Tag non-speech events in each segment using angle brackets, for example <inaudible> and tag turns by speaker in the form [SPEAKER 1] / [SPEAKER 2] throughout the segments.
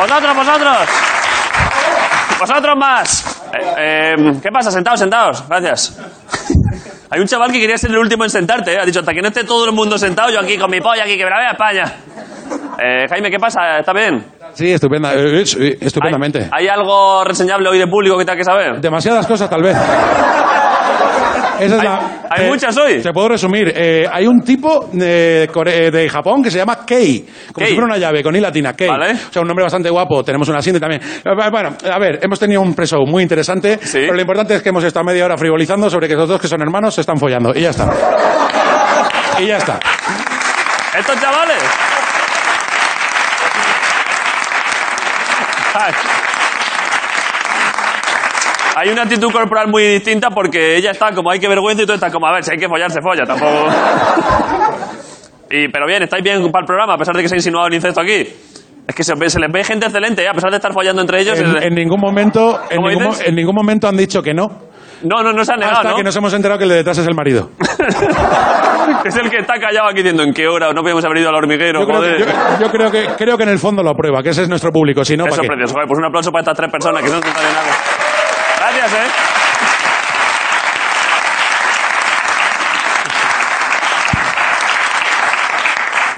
[SPEAKER 1] vosotros, vosotros. Vosotros más. Eh, eh, ¿Qué pasa? Sentados, sentados. Gracias. Hay un chaval que quería ser el último en sentarte. ¿eh? Ha dicho, hasta que no esté todo el mundo sentado, yo aquí con mi polla, aquí que me la vea España. Eh, Jaime, ¿qué pasa? ¿Está bien?
[SPEAKER 2] Sí, estupenda, eh, eh, sí,
[SPEAKER 1] ¿Hay,
[SPEAKER 2] estupendamente.
[SPEAKER 1] ¿Hay algo reseñable hoy de público que tenga que saber?
[SPEAKER 2] Demasiadas cosas, tal vez. Esa es la-
[SPEAKER 1] hay
[SPEAKER 2] eh,
[SPEAKER 1] muchas hoy.
[SPEAKER 2] Te puedo resumir. Eh, hay un tipo de, Core- eh, de Japón que se llama Kei. Como
[SPEAKER 1] Kei.
[SPEAKER 2] si fuera una llave, con I latina, Kei.
[SPEAKER 1] Vale.
[SPEAKER 2] O sea, un nombre bastante guapo. Tenemos una cinta también. Eh, Bueno, a ver, hemos tenido un preso muy interesante.
[SPEAKER 1] Sí.
[SPEAKER 2] Pero lo importante es que hemos estado media hora frivolizando sobre que los dos que son hermanos se están follando. Y
[SPEAKER 1] <laughs>
[SPEAKER 2] ya está. y ya está.
[SPEAKER 1] Ah, ¿Estos chavales? Ay. Hay una actitud corporal muy distinta porque ella está como, hay que vergüenza, y tú estás como, a ver, si hay que follar, se folla,
[SPEAKER 2] <laughs>
[SPEAKER 1] tampoco... Y, pero bien, estáis bien para el programa, a pesar de que se ha insinuado el incesto aquí. Es que se, ve- se les ve gente excelente, ¿eh? a pesar de estar follando entre ellos. se
[SPEAKER 2] En,
[SPEAKER 1] les-
[SPEAKER 2] en ningún momento, en
[SPEAKER 1] ¿Cómo
[SPEAKER 2] ningún, mo-
[SPEAKER 1] dices?
[SPEAKER 2] en ningún momento han dicho que no.
[SPEAKER 1] No, no, no se han negado,
[SPEAKER 2] hasta
[SPEAKER 1] ¿no?
[SPEAKER 2] que nos hemos enterado que el de detrás es el marido.
[SPEAKER 1] es el que está callado aquí diciendo, ¿en qué hora? No podíamos haber ido al hormiguero,
[SPEAKER 2] Yo creo,
[SPEAKER 1] joder.
[SPEAKER 2] que, yo, yo creo que creo que en el fondo lo aprueba, que ese es nuestro público, si no,
[SPEAKER 1] Eso
[SPEAKER 2] ¿para
[SPEAKER 1] es
[SPEAKER 2] qué?
[SPEAKER 1] precioso. Joder, pues un aplauso para estas tres personas que son centenarios. Gracias, ¿eh?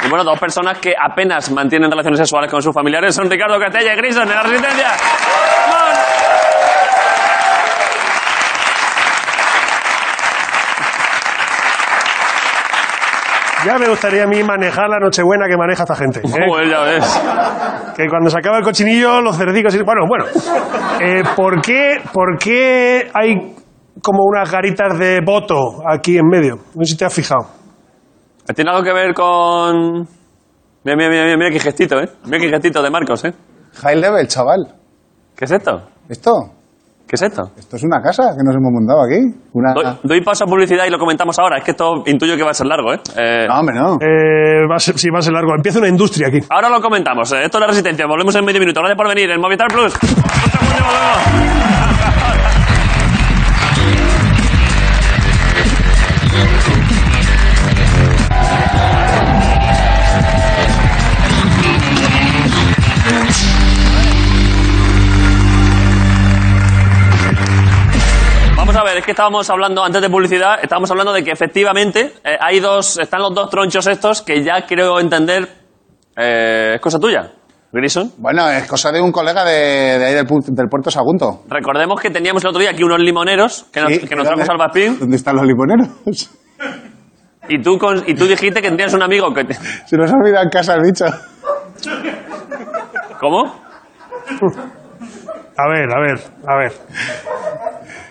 [SPEAKER 1] Y bueno, dos personas que apenas mantienen relaciones sexuales con sus familiares son Ricardo Castella y Grison de la Resistencia. ¡Vamos!
[SPEAKER 3] Ya me gustaría a mí manejar la Nochebuena que maneja esta gente. ¿eh?
[SPEAKER 1] Joder, ya ves.
[SPEAKER 3] Que cuando se acaba el cochinillo, los cerdicos. y- Bueno, bueno. Eh, ¿por, qué, ¿Por qué hay como unas garitas de voto aquí en medio? No sé si te has fijado.
[SPEAKER 1] ¿Tiene algo que ver con...? Mira, mira, mira, mira, mira qué gestito, ¿eh? Mira qué gestito de Marcos, ¿eh?
[SPEAKER 4] High level, chaval.
[SPEAKER 1] ¿Qué es esto?
[SPEAKER 4] ¿Esto?
[SPEAKER 1] ¿Qué es esto?
[SPEAKER 4] Esto es una casa que nos hemos montado aquí. Una...
[SPEAKER 1] Doy, doy paso a publicidad y lo comentamos ahora. Es que esto intuyo que va a ser largo, ¿eh? eh
[SPEAKER 4] No, hombre, no.
[SPEAKER 3] Eh, va a ser- sí, va a ser largo. Empieza una industria aquí.
[SPEAKER 1] Ahora lo comentamos. eh. Esto es la resistencia. Volvemos en medio minuto. Gracias por venir. En Movistar Plus. Un segundo y volvemos. Vamos a ver, es que estábamos hablando, antes de publicidad, estábamos hablando de que efectivamente eh, hay dos, están los dos tronchos estos que ya creo entender eh, es cosa tuya, Grison.
[SPEAKER 4] Bueno, es cosa de un colega de, de ahí del, pu- del puerto Sagunto.
[SPEAKER 1] Recordemos que teníamos el otro día aquí unos limoneros que nos,
[SPEAKER 4] Sí,
[SPEAKER 1] que nos trajo
[SPEAKER 4] ¿dónde-
[SPEAKER 1] Salvaspín
[SPEAKER 4] ¿Dónde están los limoneros?
[SPEAKER 1] y tú, con- y tú dijiste que tenías un amigo que... te-
[SPEAKER 4] <laughs> Se nos ha olvidado en casa el bicho.
[SPEAKER 1] ¿Cómo?
[SPEAKER 3] A ver, a ver, a ver.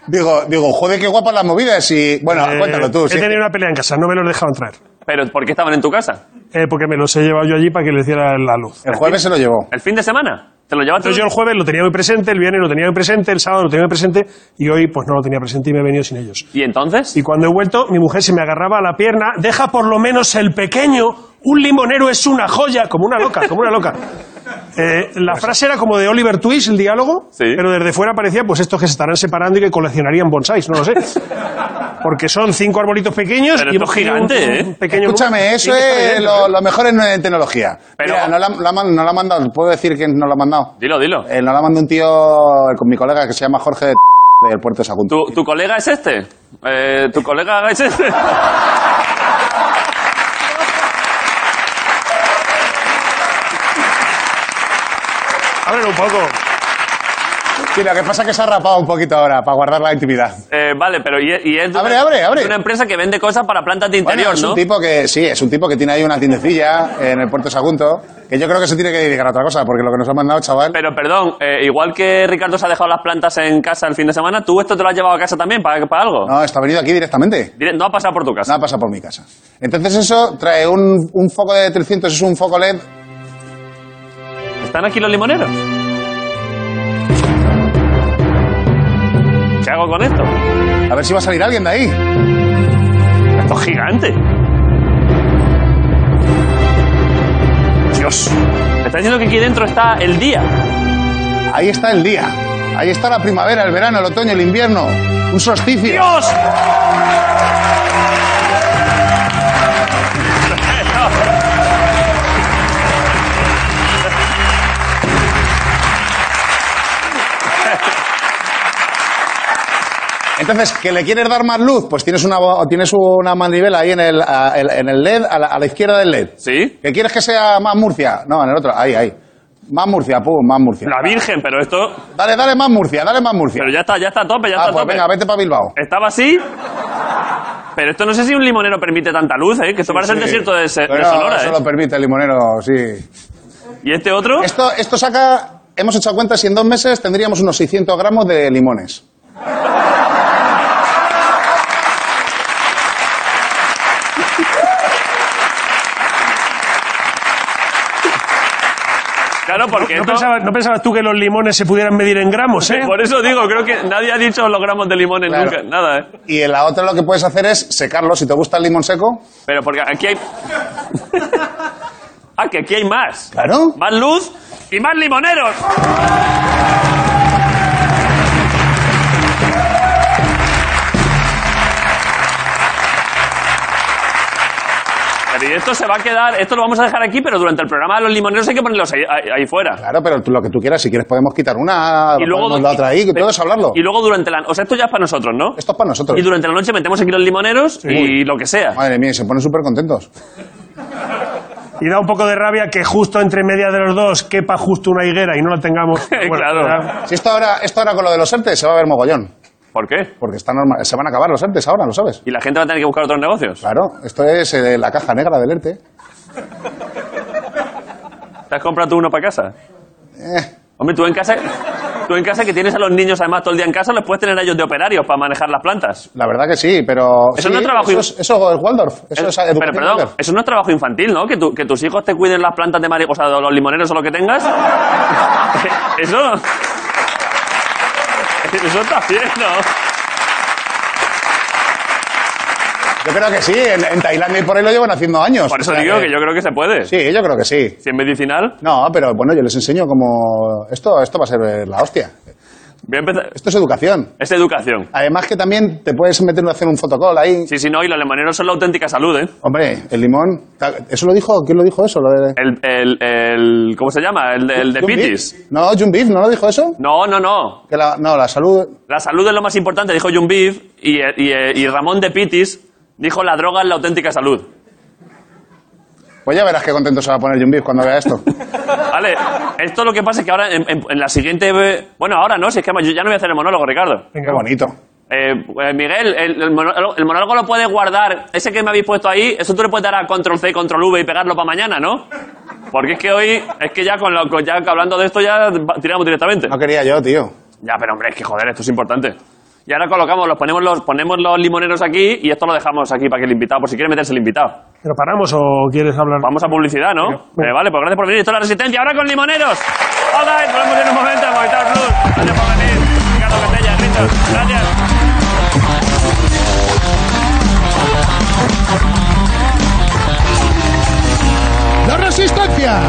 [SPEAKER 4] Digo, digo, joder, qué guapas las movidas y... Bueno,
[SPEAKER 3] Eh,
[SPEAKER 4] Ah, cuéntalo tú.
[SPEAKER 3] He
[SPEAKER 4] sí.
[SPEAKER 3] tenido una pelea en casa, no me los dejaban traer.
[SPEAKER 1] ¿Pero por qué estaban en tu casa?
[SPEAKER 3] Eh, porque me los he llevado yo allí para que le hiciera la luz.
[SPEAKER 4] El jueves se lo llevó.
[SPEAKER 1] ¿El fin de semana? ¿Te lo llevaste?
[SPEAKER 3] Entonces yo el jueves lo tenía muy presente, el viernes lo tenía muy presente, el sábado lo tenía muy presente y hoy pues no lo tenía presente y me he venido sin ellos.
[SPEAKER 1] ¿Y entonces?
[SPEAKER 3] Y cuando he vuelto, mi mujer se me agarraba a la pierna, deja por lo menos el pequeño, un limonero es una joya, como una loca, como una
[SPEAKER 1] <laughs>
[SPEAKER 3] loca. Eh, la frase era como de Oliver Twist, el diálogo,
[SPEAKER 1] Sí.
[SPEAKER 3] pero desde fuera parecía pues estos que se estarán separando y que coleccionarían bonsáis, no lo sé. Porque son cinco arbolitos pequeños
[SPEAKER 1] Pero
[SPEAKER 3] y
[SPEAKER 1] esto
[SPEAKER 3] hemos
[SPEAKER 1] es gigante,
[SPEAKER 3] tenido un-
[SPEAKER 1] ¿eh?
[SPEAKER 3] un pequeño
[SPEAKER 4] Escúchame,
[SPEAKER 3] grupo.
[SPEAKER 4] eso
[SPEAKER 3] Tiene que estar
[SPEAKER 4] es
[SPEAKER 3] bien, ¿eh?
[SPEAKER 4] lo, lo mejor en, en tecnología.
[SPEAKER 1] Pero-
[SPEAKER 4] Mira, no la, la man- no la ha mandado, puedo decir que no la ha mandado.
[SPEAKER 1] Dilo, dilo.
[SPEAKER 4] Eh, no la mandó un tío eh, con mi colega que se llama Jorge de del puerto de Sagunto.
[SPEAKER 1] ¿Tu, tu colega es este? Eh, ¿Tu colega es
[SPEAKER 4] <laughs>
[SPEAKER 1] este?
[SPEAKER 3] Ábrelo un poco.
[SPEAKER 4] Sí, lo que pasa es que se ha rapado un poquito ahora para guardar la intimidad.
[SPEAKER 1] Eh, vale, pero y, y es de
[SPEAKER 4] Abre,
[SPEAKER 1] una,
[SPEAKER 4] abre, abre.
[SPEAKER 1] de una empresa que vende cosas para plantas de
[SPEAKER 4] Bueno,
[SPEAKER 1] interior,
[SPEAKER 4] es
[SPEAKER 1] ¿no?
[SPEAKER 4] un tipo que sí, es un tipo que tiene ahí una tiendecilla en el puerto de Sagunto, que yo creo que se tiene que dedicar a otra cosa, porque lo que nos ha mandado, chaval,
[SPEAKER 1] Pero perdón, eh, igual que Ricardo se ha dejado las plantas en casa el fin de semana, ¿tú esto te lo has llevado a casa también para, para algo?
[SPEAKER 4] no, está venido aquí directamente.
[SPEAKER 1] Dire- No ha pasado por tu casa.
[SPEAKER 4] Nada pasa por mi casa. Entonces eso trae un, un foco de 300, es un foco LED.
[SPEAKER 1] ¿Están aquí los limoneros? ¿Qué hago con esto?
[SPEAKER 4] A ver si va a salir alguien de ahí.
[SPEAKER 1] Esto es gigante. Dios. Me está diciendo que aquí dentro está el día.
[SPEAKER 4] Ahí está el día. Ahí está la primavera, el verano, el otoño, el invierno. Un solsticio.
[SPEAKER 1] ¡Dios!
[SPEAKER 4] Entonces, ¿que le quieres dar más luz? Pues tienes una, bo- tienes una mandibela ahí en el, a- el- en el LED, a la, a la izquierda del LED.
[SPEAKER 1] ¿Sí?
[SPEAKER 4] ¿Que quieres que sea más Murcia? No, en el otro, ahí, ahí. Más Murcia, pum, más Murcia.
[SPEAKER 1] La Virgen, pero esto.
[SPEAKER 4] Dale, dale más Murcia, dale más Murcia.
[SPEAKER 1] Pero ya está, ya está a tope, ya
[SPEAKER 4] Ah,
[SPEAKER 1] está a
[SPEAKER 4] pues
[SPEAKER 1] tope.
[SPEAKER 4] venga, vete para Bilbao.
[SPEAKER 1] Estaba así. Pero esto no sé si un limonero permite tanta luz, ¿eh? Que esto parece el
[SPEAKER 4] Sí.
[SPEAKER 1] desierto de, Se- de
[SPEAKER 4] Pero
[SPEAKER 1] Sonora,
[SPEAKER 4] Eso
[SPEAKER 1] ¿eh?
[SPEAKER 4] lo permite el limonero, sí.
[SPEAKER 1] ¿Y este otro?
[SPEAKER 4] Esto, esto saca, hemos hecho cuentas y en dos meses tendríamos unos 600 gramos de limones.
[SPEAKER 1] Claro, porque
[SPEAKER 3] No
[SPEAKER 1] esto-
[SPEAKER 3] pensabas, no pensabas tú que los limones se pudieran medir en
[SPEAKER 1] <laughs>
[SPEAKER 3] gramos, ¿eh?
[SPEAKER 1] Por eso digo, creo que nadie ha dicho los gramos de limones
[SPEAKER 4] Claro.
[SPEAKER 1] nunca. Nada, ¿eh?
[SPEAKER 4] Y en la otra lo que puedes hacer es secarlo. Si te gusta el limón seco,
[SPEAKER 1] Pero porque aquí hay. <laughs> ah, que aquí hay más.
[SPEAKER 4] claro.
[SPEAKER 1] Más luz y más limoneros. Pero y esto se va a quedar, esto lo vamos a dejar aquí, pero durante el programa de los limoneros hay que ponerlos ahí, ahí- ahí fuera.
[SPEAKER 4] Claro, pero tú lo que tú quieras, si quieres podemos quitar una,
[SPEAKER 1] Y luego-
[SPEAKER 4] ponemos la otra ahí, que todo es hablarlo.
[SPEAKER 1] Y luego durante la, o sea, esto ya es para nosotros, ¿no?
[SPEAKER 4] Esto es para nosotros.
[SPEAKER 1] Y durante la noche metemos aquí los limoneros y lo que sea.
[SPEAKER 4] Madre mía, y se ponen súper contentos.
[SPEAKER 3] Y da un poco de rabia que justo entre media de los dos quepa justo una higuera y no la tengamos.
[SPEAKER 1] <laughs>
[SPEAKER 3] Bueno,
[SPEAKER 1] Claro.
[SPEAKER 3] ya-
[SPEAKER 4] Si esto ahora, esto ahora con lo de los ERTE se va a ver mogollón,
[SPEAKER 1] ¿Por qué?
[SPEAKER 4] porque está normal, se van a acabar los ERTE ahora, ¿lo sabes?
[SPEAKER 1] Y la gente va a tener que buscar otros negocios.
[SPEAKER 4] Claro, esto es eh, la caja negra del ERTE.
[SPEAKER 1] ¿Te has comprado tú uno para casa?
[SPEAKER 4] Eh,
[SPEAKER 1] Hombre, tú en casa, tú en casa que tienes a los niños además todo el día en casa, los puedes tener a ellos de operarios para manejar las plantas.
[SPEAKER 4] la verdad que sí, pero...
[SPEAKER 1] Eso
[SPEAKER 4] sí,
[SPEAKER 1] no es trabajo
[SPEAKER 4] Eso
[SPEAKER 1] in-
[SPEAKER 4] es, eso es Waldorf, eso es,
[SPEAKER 1] Eh, pero
[SPEAKER 4] educación
[SPEAKER 1] perdón,
[SPEAKER 4] Waldorf.
[SPEAKER 1] eso no es trabajo infantil, ¿no? Que, tu- que tus hijos te cuiden las plantas de marihuana, o sea, de los limoneros o lo que tengas. <laughs> eso. <laughs> Eso está bien, ¿no?
[SPEAKER 4] Yo creo que sí, en, en Tailandia y por ahí lo llevan haciendo años.
[SPEAKER 1] Por eso
[SPEAKER 4] O sea,
[SPEAKER 1] digo que yo creo que se puede.
[SPEAKER 4] Sí, yo creo que sí.
[SPEAKER 1] Si es medicinal,
[SPEAKER 4] No, pero bueno, yo les enseño cómo... Esto, esto va a ser eh, la hostia.
[SPEAKER 1] voy a empezar.
[SPEAKER 4] Esto es educación.
[SPEAKER 1] Es educación.
[SPEAKER 4] Además que también te puedes meter a hacer un fotocall ahí.
[SPEAKER 1] Sí, sí, no, y los limoneros son la auténtica salud, ¿eh?
[SPEAKER 4] Hombre, el limón... ta- ¿Eso lo dijo? ¿Quién lo dijo eso? Lo de-
[SPEAKER 1] El, el, el- ¿Cómo se llama? El, el de
[SPEAKER 4] Jun Beef.
[SPEAKER 1] Pitis.
[SPEAKER 4] No, Jun Beef, ¿no lo dijo eso?
[SPEAKER 1] No, no, no.
[SPEAKER 4] Que la- no, la salud...
[SPEAKER 1] La salud es lo más importante, dijo John Beef, y, y- y Ramón de Pitis dijo la droga es la auténtica salud.
[SPEAKER 4] Pues ya verás qué contento se va a poner Jun Beef cuando vea esto.
[SPEAKER 1] Vale, esto lo que pasa es que ahora en, en- en la siguiente... eh, Bueno, ahora no, si es que además yo ya no voy a hacer el monólogo, Ricardo.
[SPEAKER 4] Qué bonito.
[SPEAKER 1] Eh, eh, Miguel, el, el monólogo, el monólogo lo puedes guardar, ese que me habéis puesto ahí, eso tú le puedes dar a control C, control V y pegarlo para mañana, ¿no? Porque es que hoy, es que ya con lo, con- ya hablando de esto ya va- tiramos directamente.
[SPEAKER 4] <laughs> No quería yo, tío.
[SPEAKER 1] Ya, pero hombre, es que joder, esto es importante. Y ahora colocamos, los ponemos los, ponemos los limoneros aquí y esto lo dejamos aquí para que el invitado, por si quiere meterse el invitado.
[SPEAKER 3] ¿Pero paramos o quieres hablar?
[SPEAKER 1] Vamos a publicidad, ¿no?
[SPEAKER 3] venga.
[SPEAKER 1] Eh, vale, pues gracias por venir. Esto es La Resistencia, ahora con Limoneros. Hola, nos vemos en un momento en Movistar Plus. Gracias por venir. Ricardo Castella, Richard, gracias.
[SPEAKER 4] ¡La resistencia!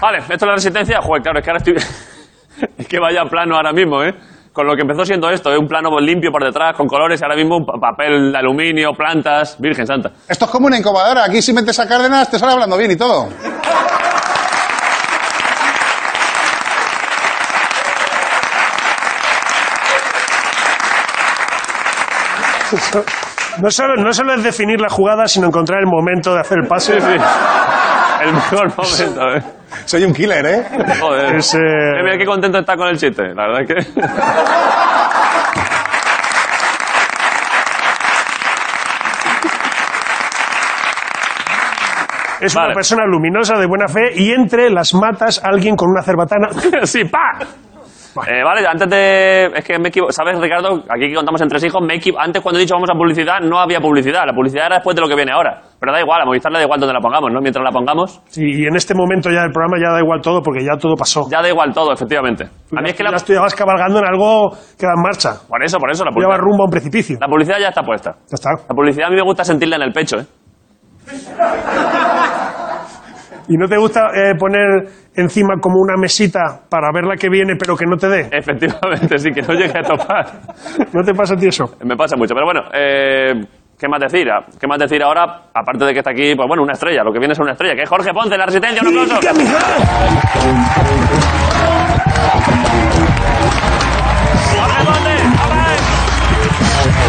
[SPEAKER 1] Vale, esto es La Resistencia. Joder, claro, es que ahora estoy... <laughs> es que vaya plano ahora mismo, ¿eh? Con lo que empezó siendo esto, ¿eh? un plano limpio por detrás, con colores, y ahora mismo un pa- papel de aluminio, plantas, Virgen Santa.
[SPEAKER 4] Esto es como una incubadora. Aquí si metes a Cárdenas te sale hablando bien y todo.
[SPEAKER 3] No solo, no solo es definir la jugada, sino encontrar el momento de hacer el pase.
[SPEAKER 1] Sí, <laughs> sí. El mejor momento, ¿eh?
[SPEAKER 4] Soy un killer, ¿eh?
[SPEAKER 3] <laughs>
[SPEAKER 1] Joder.
[SPEAKER 3] Es, eh,
[SPEAKER 1] Eh, mira qué contento está con el chiste, la verdad es que. <laughs>
[SPEAKER 3] es
[SPEAKER 1] vale.
[SPEAKER 3] una persona luminosa, de buena fe, y entre las matas alguien con una
[SPEAKER 1] <laughs>
[SPEAKER 3] cerbatana.
[SPEAKER 1] sí, pa. Eh, vale, antes de. Es que me equivoco. ¿Sabes, Ricardo? Aquí que contamos entre hijos, me equivo- antes cuando he dicho vamos a publicidad, no había publicidad. La publicidad era después de lo que viene ahora. Pero da igual, a Movistar le da igual donde la pongamos, ¿no? Mientras la pongamos,
[SPEAKER 3] Sí, y en este momento ya del programa ya da igual todo, porque ya todo pasó.
[SPEAKER 1] ya da igual todo, efectivamente. A mí es que la.
[SPEAKER 3] Ya tú ya vas cabalgando en algo que va en marcha.
[SPEAKER 1] Por eso, por eso, la
[SPEAKER 3] Ya vas
[SPEAKER 1] publicidad.
[SPEAKER 3] rumbo a un precipicio.
[SPEAKER 1] La publicidad ya está puesta.
[SPEAKER 3] Ya está.
[SPEAKER 1] La publicidad a mí me gusta sentirla en el pecho, ¿eh?
[SPEAKER 3] ¿Y no te gusta eh, poner encima como una mesita para ver la que viene, pero que no te dé?
[SPEAKER 1] Eh. Efectivamente, sí, que no llegue a topar.
[SPEAKER 3] ¿No te pasa a ti eso?
[SPEAKER 1] Me pasa mucho. Pero bueno, eh, ¿qué más decir? Ah, ¿Qué más decir ahora? Aparte de que está aquí, pues bueno, una estrella. Lo que viene es una estrella. Que es Jorge Ponce, la resistencia. Un aplauso. ¡Jorge Ponce! ¡ahora es!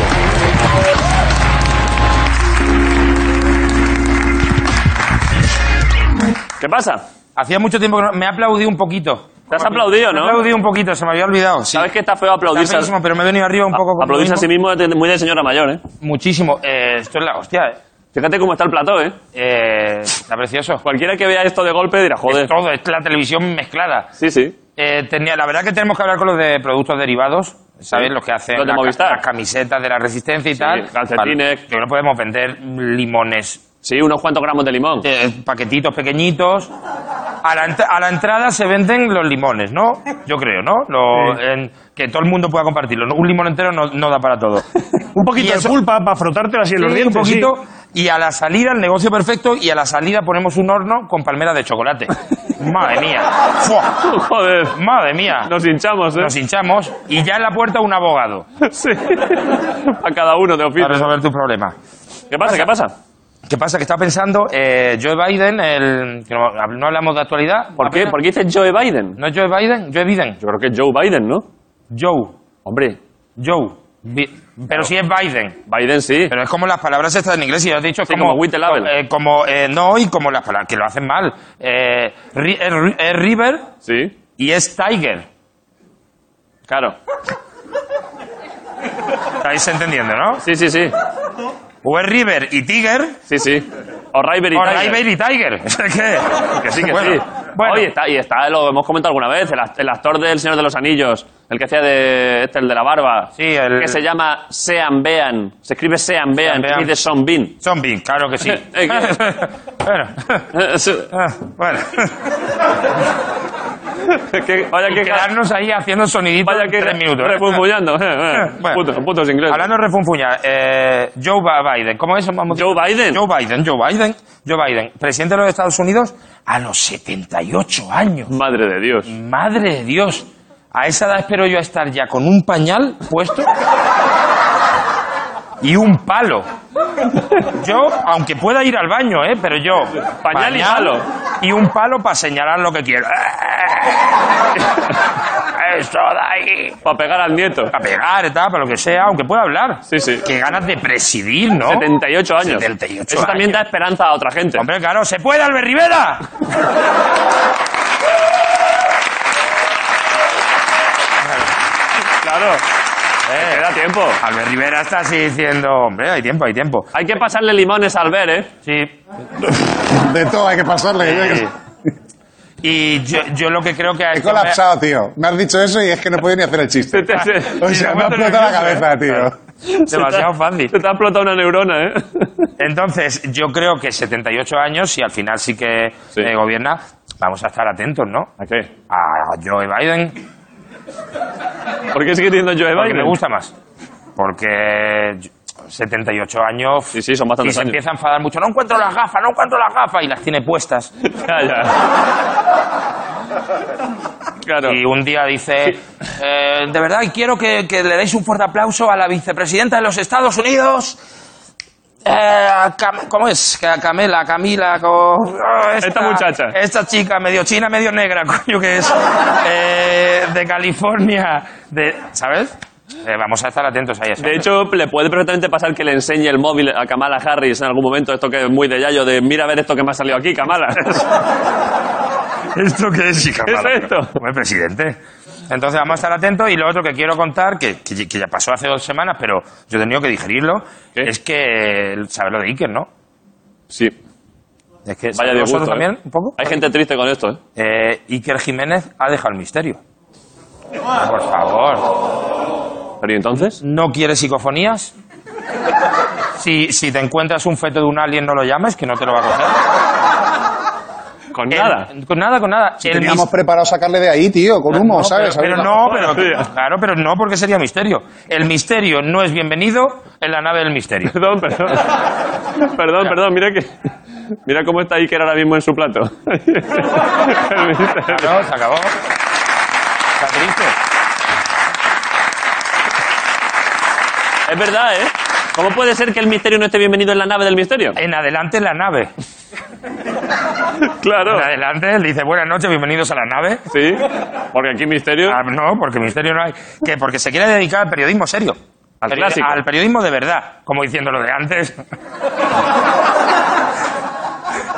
[SPEAKER 1] ¿Qué pasa?
[SPEAKER 5] Hacía mucho tiempo que no- me ha aplaudido un poquito.
[SPEAKER 1] Te has aplaudido,
[SPEAKER 5] Me ha
[SPEAKER 1] ¿no?
[SPEAKER 5] aplaudido un poquito, se me había olvidado. Sí.
[SPEAKER 1] ¿Sabes que está feo
[SPEAKER 5] Está
[SPEAKER 1] aplaudirse?
[SPEAKER 5] feísimo, pero me he venido arriba un poco con
[SPEAKER 1] aplaudirse a sí
[SPEAKER 5] mismo.
[SPEAKER 1] mismo es de- muy de señora mayor, ¿eh?
[SPEAKER 5] Muchísimo. Eh, esto es la hostia, eh.
[SPEAKER 1] Fíjate cómo está el plató, ¿eh?
[SPEAKER 5] Eh, está precioso.
[SPEAKER 1] Cualquiera que vea esto de golpe dirá, joder.
[SPEAKER 5] Es todo, es la televisión mezclada.
[SPEAKER 1] Sí, sí.
[SPEAKER 5] Eh, tenía, la verdad que tenemos que hablar con los de productos derivados, ¿sabes?
[SPEAKER 1] Sí.
[SPEAKER 5] Los que hacen
[SPEAKER 1] Los de
[SPEAKER 5] las ca-
[SPEAKER 1] Movistar.
[SPEAKER 5] las camisetas de la resistencia y
[SPEAKER 1] Sí,
[SPEAKER 5] tal.
[SPEAKER 1] calcetines.
[SPEAKER 5] Vale. Que no podemos vender limones
[SPEAKER 1] Sí, unos cuantos gramos de limón.
[SPEAKER 5] eh, paquetitos pequeñitos. A la, ent- a la entrada se venden los limones, ¿no? Yo creo, ¿no? Lo- en- que todo el mundo pueda compartirlo. ¿no? Un limón entero no, no da para todo.
[SPEAKER 3] Un poquito
[SPEAKER 5] Y
[SPEAKER 3] de
[SPEAKER 5] eso-
[SPEAKER 3] pulpa para frotártela así en <laughs> los
[SPEAKER 5] Sí,
[SPEAKER 3] dientes.
[SPEAKER 5] un
[SPEAKER 3] sí.
[SPEAKER 5] poquito. Y a la salida, el negocio perfecto, y a la salida ponemos un horno con palmeras
[SPEAKER 3] <laughs>
[SPEAKER 5] de chocolate. Madre mía. Fua.
[SPEAKER 1] <laughs> joder.
[SPEAKER 5] Madre mía.
[SPEAKER 1] Nos hinchamos, ¿eh?
[SPEAKER 5] Nos hinchamos y ya en la puerta un abogado
[SPEAKER 1] Sí. a cada uno de
[SPEAKER 5] para
[SPEAKER 1] oficio.
[SPEAKER 5] resolver tu problema.
[SPEAKER 1] ¿Qué pasa? ¿Qué pasa?
[SPEAKER 5] ¿Qué pasa? Que estaba pensando eh, Joe Biden, el, que no, no hablamos de actualidad.
[SPEAKER 1] ¿Por qué? ¿Por qué dice Joe Biden?
[SPEAKER 5] ¿No es Joe Biden? Joe Biden.
[SPEAKER 1] Yo creo que es Joe Biden, ¿no?
[SPEAKER 5] Joe.
[SPEAKER 1] Hombre,
[SPEAKER 5] Joe. Bi-
[SPEAKER 1] Mm.
[SPEAKER 5] pero sí es Biden.
[SPEAKER 1] Biden sí.
[SPEAKER 5] Pero es como las palabras estas en inglés, y ya os he dicho, es
[SPEAKER 1] Sí,
[SPEAKER 5] como...
[SPEAKER 1] como with the label.
[SPEAKER 5] eh, como, eh, no, y como las palabras, que lo hacen mal. Eh, ri- es ri- es River
[SPEAKER 1] Sí,
[SPEAKER 5] y es Tiger.
[SPEAKER 1] claro.
[SPEAKER 5] Estáis entendiendo, ¿no?
[SPEAKER 1] Sí, sí, sí.
[SPEAKER 5] O es River y Tiger,
[SPEAKER 1] Sí, sí. O River y
[SPEAKER 5] o
[SPEAKER 1] Tiger.
[SPEAKER 5] River y Tiger. <laughs> Es que...
[SPEAKER 1] Que sí, que
[SPEAKER 5] Bueno,
[SPEAKER 1] sí.
[SPEAKER 5] bueno.
[SPEAKER 1] Oye, está, y está, lo hemos comentado alguna vez, el, act- el actor del Señor de los Anillos, el que hacía de este, el de la barba,
[SPEAKER 5] Sí, el-
[SPEAKER 1] que se llama Sean Bean, se escribe Sean Bean,
[SPEAKER 5] Sean Bean.
[SPEAKER 1] y de Sean Bean. <laughs>
[SPEAKER 5] Zombie, claro que sí.
[SPEAKER 1] Eh, que-
[SPEAKER 5] <laughs> bueno,
[SPEAKER 1] Es-
[SPEAKER 5] ah, bueno.
[SPEAKER 1] que- vaya
[SPEAKER 5] Y
[SPEAKER 1] que
[SPEAKER 5] quedarnos ahí haciendo soniditos
[SPEAKER 1] vaya
[SPEAKER 5] en
[SPEAKER 1] que
[SPEAKER 5] tres minutos.
[SPEAKER 1] refunfuñando, eh, eh,
[SPEAKER 5] <laughs> Bueno.
[SPEAKER 1] putos, putos ingleses.
[SPEAKER 5] Hablando de refunfuñar, eh, Joe Ba- Biden, ¿cómo es? Vamos-
[SPEAKER 1] Joe Biden.
[SPEAKER 5] Joe Biden, Joe Biden, Joe Biden, presidente de los Estados Unidos a los 78 años.
[SPEAKER 1] Madre de Dios.
[SPEAKER 5] Madre de Dios, a esa edad espero yo estar ya con un pañal puesto y un palo. Yo, aunque pueda ir al baño, ¿eh? pero yo.
[SPEAKER 1] Pañal y palo.
[SPEAKER 5] Y un palo para señalar lo que quiero. <laughs> Eso de ahí.
[SPEAKER 1] Para pegar al nieto.
[SPEAKER 5] Para pegar, y tal, para lo que sea, aunque pueda hablar.
[SPEAKER 1] Sí, sí.
[SPEAKER 5] Qué ganas de presidir, ¿no?
[SPEAKER 1] 78 años.
[SPEAKER 5] 78
[SPEAKER 1] Eso también da esperanza a otra gente.
[SPEAKER 5] Hombre, claro, se puede, Albert Rivera.
[SPEAKER 1] claro.
[SPEAKER 5] Eh,
[SPEAKER 1] Queda tiempo.
[SPEAKER 5] Albert Rivera está así diciendo, hombre, hay tiempo, hay tiempo.
[SPEAKER 1] Hay que pasarle limones al ver, ¿eh? <laughs>
[SPEAKER 5] Sí.
[SPEAKER 4] De todo hay que pasarle.
[SPEAKER 5] sí. Y yo, yo lo que creo que... a
[SPEAKER 4] He
[SPEAKER 5] esto me-
[SPEAKER 4] colapsado, tío. Me has dicho eso y es que no podía ni hacer el chiste.
[SPEAKER 1] <laughs>
[SPEAKER 4] O sea, me ha explotado la cabeza, tío.
[SPEAKER 5] Demasiado fácil.
[SPEAKER 1] Se <laughs> te ha explotado una neurona, ¿eh? <laughs>
[SPEAKER 5] Entonces, yo creo que 78 años, si al final sí que
[SPEAKER 1] Sí.
[SPEAKER 5] eh, gobierna, vamos a estar atentos, ¿no?
[SPEAKER 1] ¿A qué?
[SPEAKER 5] A Joe Biden,
[SPEAKER 1] ¿Por qué sigue diciendo Joe
[SPEAKER 5] porque
[SPEAKER 1] Biden?
[SPEAKER 5] me gusta más. Porque yo- 78 años...
[SPEAKER 1] Sí, sí, son bastantes
[SPEAKER 5] y se
[SPEAKER 1] años.
[SPEAKER 5] empieza a enfadar mucho. No encuentro las gafas, no encuentro las gafas. Y las tiene puestas.
[SPEAKER 1] <laughs> Ya, ya. Claro.
[SPEAKER 5] Y un día dice, eh, de verdad, y quiero que, que le deis un fuerte aplauso a la vicepresidenta de los Estados Unidos. eh, a Cam- ¿Cómo es? Que a Camela, Camila, co- oh,
[SPEAKER 1] Esta muchacha.
[SPEAKER 5] Esta chica, medio china, medio negra, <laughs> coño, que es eh, de California. De, ¿Sabes? Eh, vamos a estar atentos ahí.
[SPEAKER 1] De hecho, le puede perfectamente pasar que le enseñe el móvil a Kamala Harris en algún momento, esto que es muy de Yayo, de mira a ver esto que me ha salido aquí, Kamala.
[SPEAKER 5] <laughs> ¿Esto qué <laughs> es, hija?
[SPEAKER 1] <laughs> ¿Qué es
[SPEAKER 5] Mala,
[SPEAKER 1] esto?
[SPEAKER 5] pero, Hombre, presidente. Entonces vamos a estar atentos y lo otro que quiero contar, que, que- que ya pasó hace dos semanas, pero yo he tenido que digerirlo,
[SPEAKER 1] ¿Qué?
[SPEAKER 5] es que eh, sabes lo de Iker, ¿no?
[SPEAKER 1] Sí,
[SPEAKER 5] Es que,
[SPEAKER 1] vaya
[SPEAKER 5] ¿sabes
[SPEAKER 1] de
[SPEAKER 5] vosotros
[SPEAKER 1] gusto. ¿eh?
[SPEAKER 5] también, un poco?
[SPEAKER 1] Hay gente triste con esto, ¿eh?
[SPEAKER 5] Eh, Iker Jiménez ha dejado el misterio. Ah, Por favor.
[SPEAKER 1] Pero ¿y entonces?
[SPEAKER 5] ¿No quieres psicofonías? Si, si te encuentras un feto de un alien, no lo llames, que no te lo va a coger.
[SPEAKER 1] Con
[SPEAKER 5] El-
[SPEAKER 1] nada.
[SPEAKER 5] con nada, con nada. El
[SPEAKER 4] Teníamos preparado sacarle de ahí, tío, con humo, ¿sabes?
[SPEAKER 5] Pero
[SPEAKER 4] Ahorita-
[SPEAKER 5] no, pero
[SPEAKER 1] Hostia.
[SPEAKER 5] claro, pero no porque sería misterio. El misterio no es bienvenido en la nave del misterio.
[SPEAKER 1] <laughs> Perdón, perdón. Perdón, perdón, mira que. Mira cómo está Iker ahora mismo en su plato. <laughs>
[SPEAKER 5] No, se acabó. Está triste.
[SPEAKER 1] es verdad, ¿eh? ¿Cómo puede ser que el misterio no esté bienvenido en la nave del misterio?
[SPEAKER 5] En adelante la nave.
[SPEAKER 1] Claro.
[SPEAKER 5] En adelante le dice buenas noches, bienvenidos a la nave.
[SPEAKER 1] Sí. Porque aquí misterio.
[SPEAKER 5] Ah, no, porque misterio no hay. Que porque se quiere dedicar al periodismo serio.
[SPEAKER 1] Al
[SPEAKER 5] Peri-
[SPEAKER 1] clásico.
[SPEAKER 5] al periodismo de verdad. Como diciendo lo de antes. <laughs>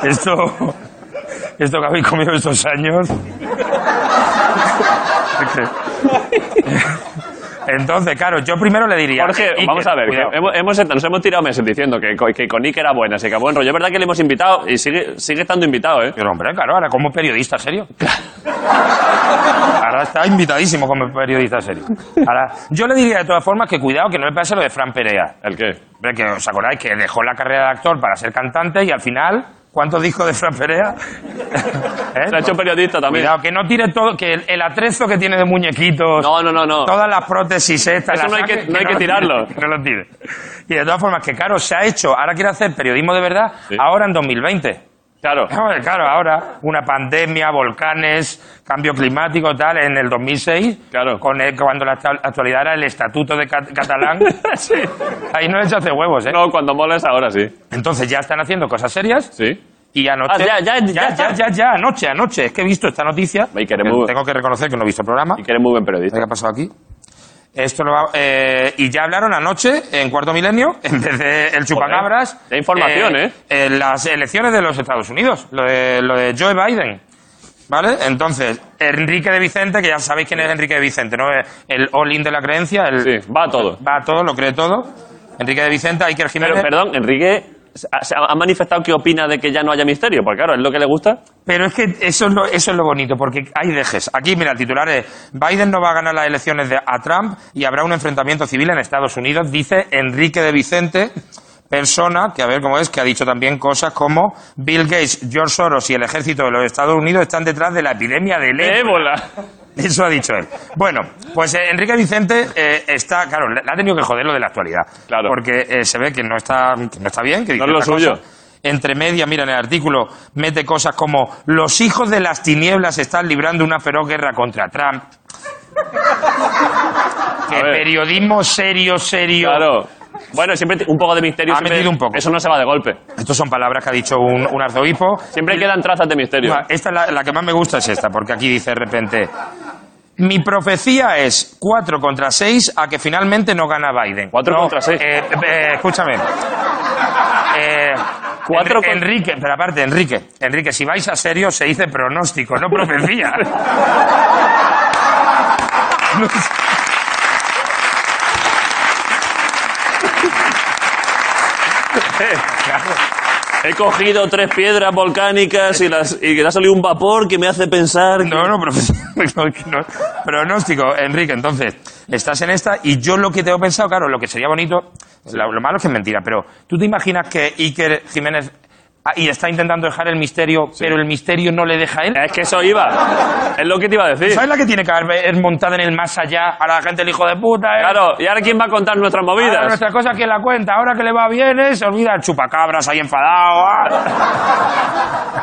[SPEAKER 5] esto. Esto que habéis comido estos años. <laughs> Entonces, claro, yo primero le diría.
[SPEAKER 1] Jorge,
[SPEAKER 5] Iker,
[SPEAKER 1] vamos a ver.
[SPEAKER 5] cuidado.
[SPEAKER 1] que hemos, hemos- nos hemos tirado meses diciendo que, co- que con Iker era buena, así que buen rollo. Es verdad que le hemos invitado y sigue, sigue estando invitado, ¿eh?
[SPEAKER 5] Pero hombre, claro, ahora como periodista serio. Ahora está invitadísimo como periodista serio. Ahora, yo le diría de todas formas que cuidado que no le pase lo de Fran Perea.
[SPEAKER 1] ¿El qué?
[SPEAKER 5] Hombre, que os acordáis que dejó la carrera de actor para ser cantante y al final, ¿cuántos discos de Fran
[SPEAKER 1] <laughs>
[SPEAKER 5] Perea? ¿Eh?
[SPEAKER 1] Se ha hecho periodista también.
[SPEAKER 5] Cuidado, que no tire todo, que el, el atrezo que tiene de muñequitos,
[SPEAKER 1] No, no, no, no.
[SPEAKER 5] todas las prótesis estas,
[SPEAKER 1] Eso
[SPEAKER 5] las
[SPEAKER 1] no hay que-
[SPEAKER 5] saque,
[SPEAKER 1] no hay que
[SPEAKER 5] lo tire,
[SPEAKER 1] tirarlo.
[SPEAKER 5] que no lo tire. Y de todas formas, que claro, se ha hecho, ahora quiere hacer periodismo de verdad,
[SPEAKER 1] Sí.
[SPEAKER 5] ahora en 2020.
[SPEAKER 1] <laughs> Claro.
[SPEAKER 5] Hombre, claro, ahora una pandemia, volcanes, cambio climático, tal, en el 2006,
[SPEAKER 1] Claro.
[SPEAKER 5] con el- cuando la actua- actualidad era el Estatuto de Cat-
[SPEAKER 1] <laughs>
[SPEAKER 5] Catalán,
[SPEAKER 1] sí.
[SPEAKER 5] ahí no le echaste huevos, ¿eh?
[SPEAKER 1] No, cuando mola es ahora, sí.
[SPEAKER 5] Entonces ya están haciendo cosas serias
[SPEAKER 1] Sí.
[SPEAKER 5] y anoche...
[SPEAKER 1] Ah, ya, ya, ya
[SPEAKER 5] ya,
[SPEAKER 1] está.
[SPEAKER 5] ya, ya, anoche, anoche, es que he visto esta noticia,
[SPEAKER 1] Ay, queremos-
[SPEAKER 5] tengo que reconocer que no he visto el programa,
[SPEAKER 1] Iker es muy buen periodista.
[SPEAKER 5] ¿qué ha pasado aquí? Esto lo va- eh, y ya hablaron anoche en Cuarto Milenio, <laughs> en vez de el chupacabras.
[SPEAKER 1] Joder, da información, ¿eh?
[SPEAKER 5] en las elecciones de los Estados Unidos, lo de, lo de Joe Biden. ¿Vale? Entonces, Enrique de Vicente, que ya sabéis quién es Enrique de Vicente, ¿no? El all-in de la creencia, el,
[SPEAKER 1] Sí, va todo.
[SPEAKER 5] va a todo, lo cree todo. Enrique de Vicente, Iker
[SPEAKER 1] Pero,
[SPEAKER 5] Jiménez. Pero,
[SPEAKER 1] perdón, Enrique se ha, se ha manifestado que opina de que ya no haya misterio, porque claro, es lo que le gusta.
[SPEAKER 5] es que eso es, lo, eso es lo bonito, porque hay dejes. Aquí, mira, el titular es: Biden no va a ganar las elecciones de, a Trump y habrá un enfrentamiento civil en Estados Unidos, dice Enrique de Vicente. Persona que, a ver cómo es, que ha dicho también cosas como Bill Gates, George Soros y el ejército de los Estados Unidos están detrás de la epidemia del
[SPEAKER 1] Ébola.
[SPEAKER 5] Eso ha dicho él. Bueno, pues eh, Enrique Vicente eh, está, claro, le, le ha tenido que joder lo de la actualidad.
[SPEAKER 1] Claro.
[SPEAKER 5] Porque eh, se ve que no está, que no está bien. Que
[SPEAKER 1] No
[SPEAKER 5] dice
[SPEAKER 1] es
[SPEAKER 5] esta
[SPEAKER 1] lo suyo.
[SPEAKER 5] cosa. Entre medias, mira, en el artículo mete cosas como los hijos de las tinieblas están librando una feroz guerra contra Trump. que
[SPEAKER 1] ver.
[SPEAKER 5] periodismo serio, serio.
[SPEAKER 1] Claro. Bueno, siempre t- un poco de misterio.
[SPEAKER 5] Ha
[SPEAKER 1] siempre-
[SPEAKER 5] metido un poco.
[SPEAKER 1] Eso no se va de golpe.
[SPEAKER 5] Estas son palabras que ha dicho un, un arzobispo.
[SPEAKER 1] Siempre quedan trazas de misterio.
[SPEAKER 5] Bueno, Esta es la, la que más me gusta es esta, porque aquí dice de repente. Mi profecía es 4 contra 6 a que finalmente no gana Biden.
[SPEAKER 1] Cuatro
[SPEAKER 5] No,
[SPEAKER 1] contra seis.
[SPEAKER 5] eh, eh, escúchame. Eh,
[SPEAKER 1] Cuatro
[SPEAKER 5] Enri-
[SPEAKER 1] con-
[SPEAKER 5] Enrique, pero aparte, Enrique. Enrique, si vais a serio, se dice pronóstico,
[SPEAKER 1] <laughs>
[SPEAKER 5] no profecía. <laughs> No sé. Eh,
[SPEAKER 1] He cogido tres piedras volcánicas y, las, y que le ha salido un vapor que me hace pensar. que-
[SPEAKER 5] No, no, profesor. <laughs> no, que no. Pronóstico, Enrique, entonces, estás en esta y yo lo que tengo pensado, claro, lo que sería bonito, lo, lo malo es que es mentira, pero tú te imaginas que Iker Jiménez ah, y está intentando dejar el misterio, pero el misterio no le deja a él.
[SPEAKER 1] Es que eso iba. Es lo que te iba a decir.
[SPEAKER 5] ¿Sabes la que tiene que haber montada en el más allá a la gente, el hijo de puta? eh?
[SPEAKER 1] Claro, ¿y ahora quién va a contar nuestras movidas?
[SPEAKER 5] Ahora nuestra cosa que la cuenta, ahora que le va bien, eh, se olvida el chupacabras ahí enfadado. ah.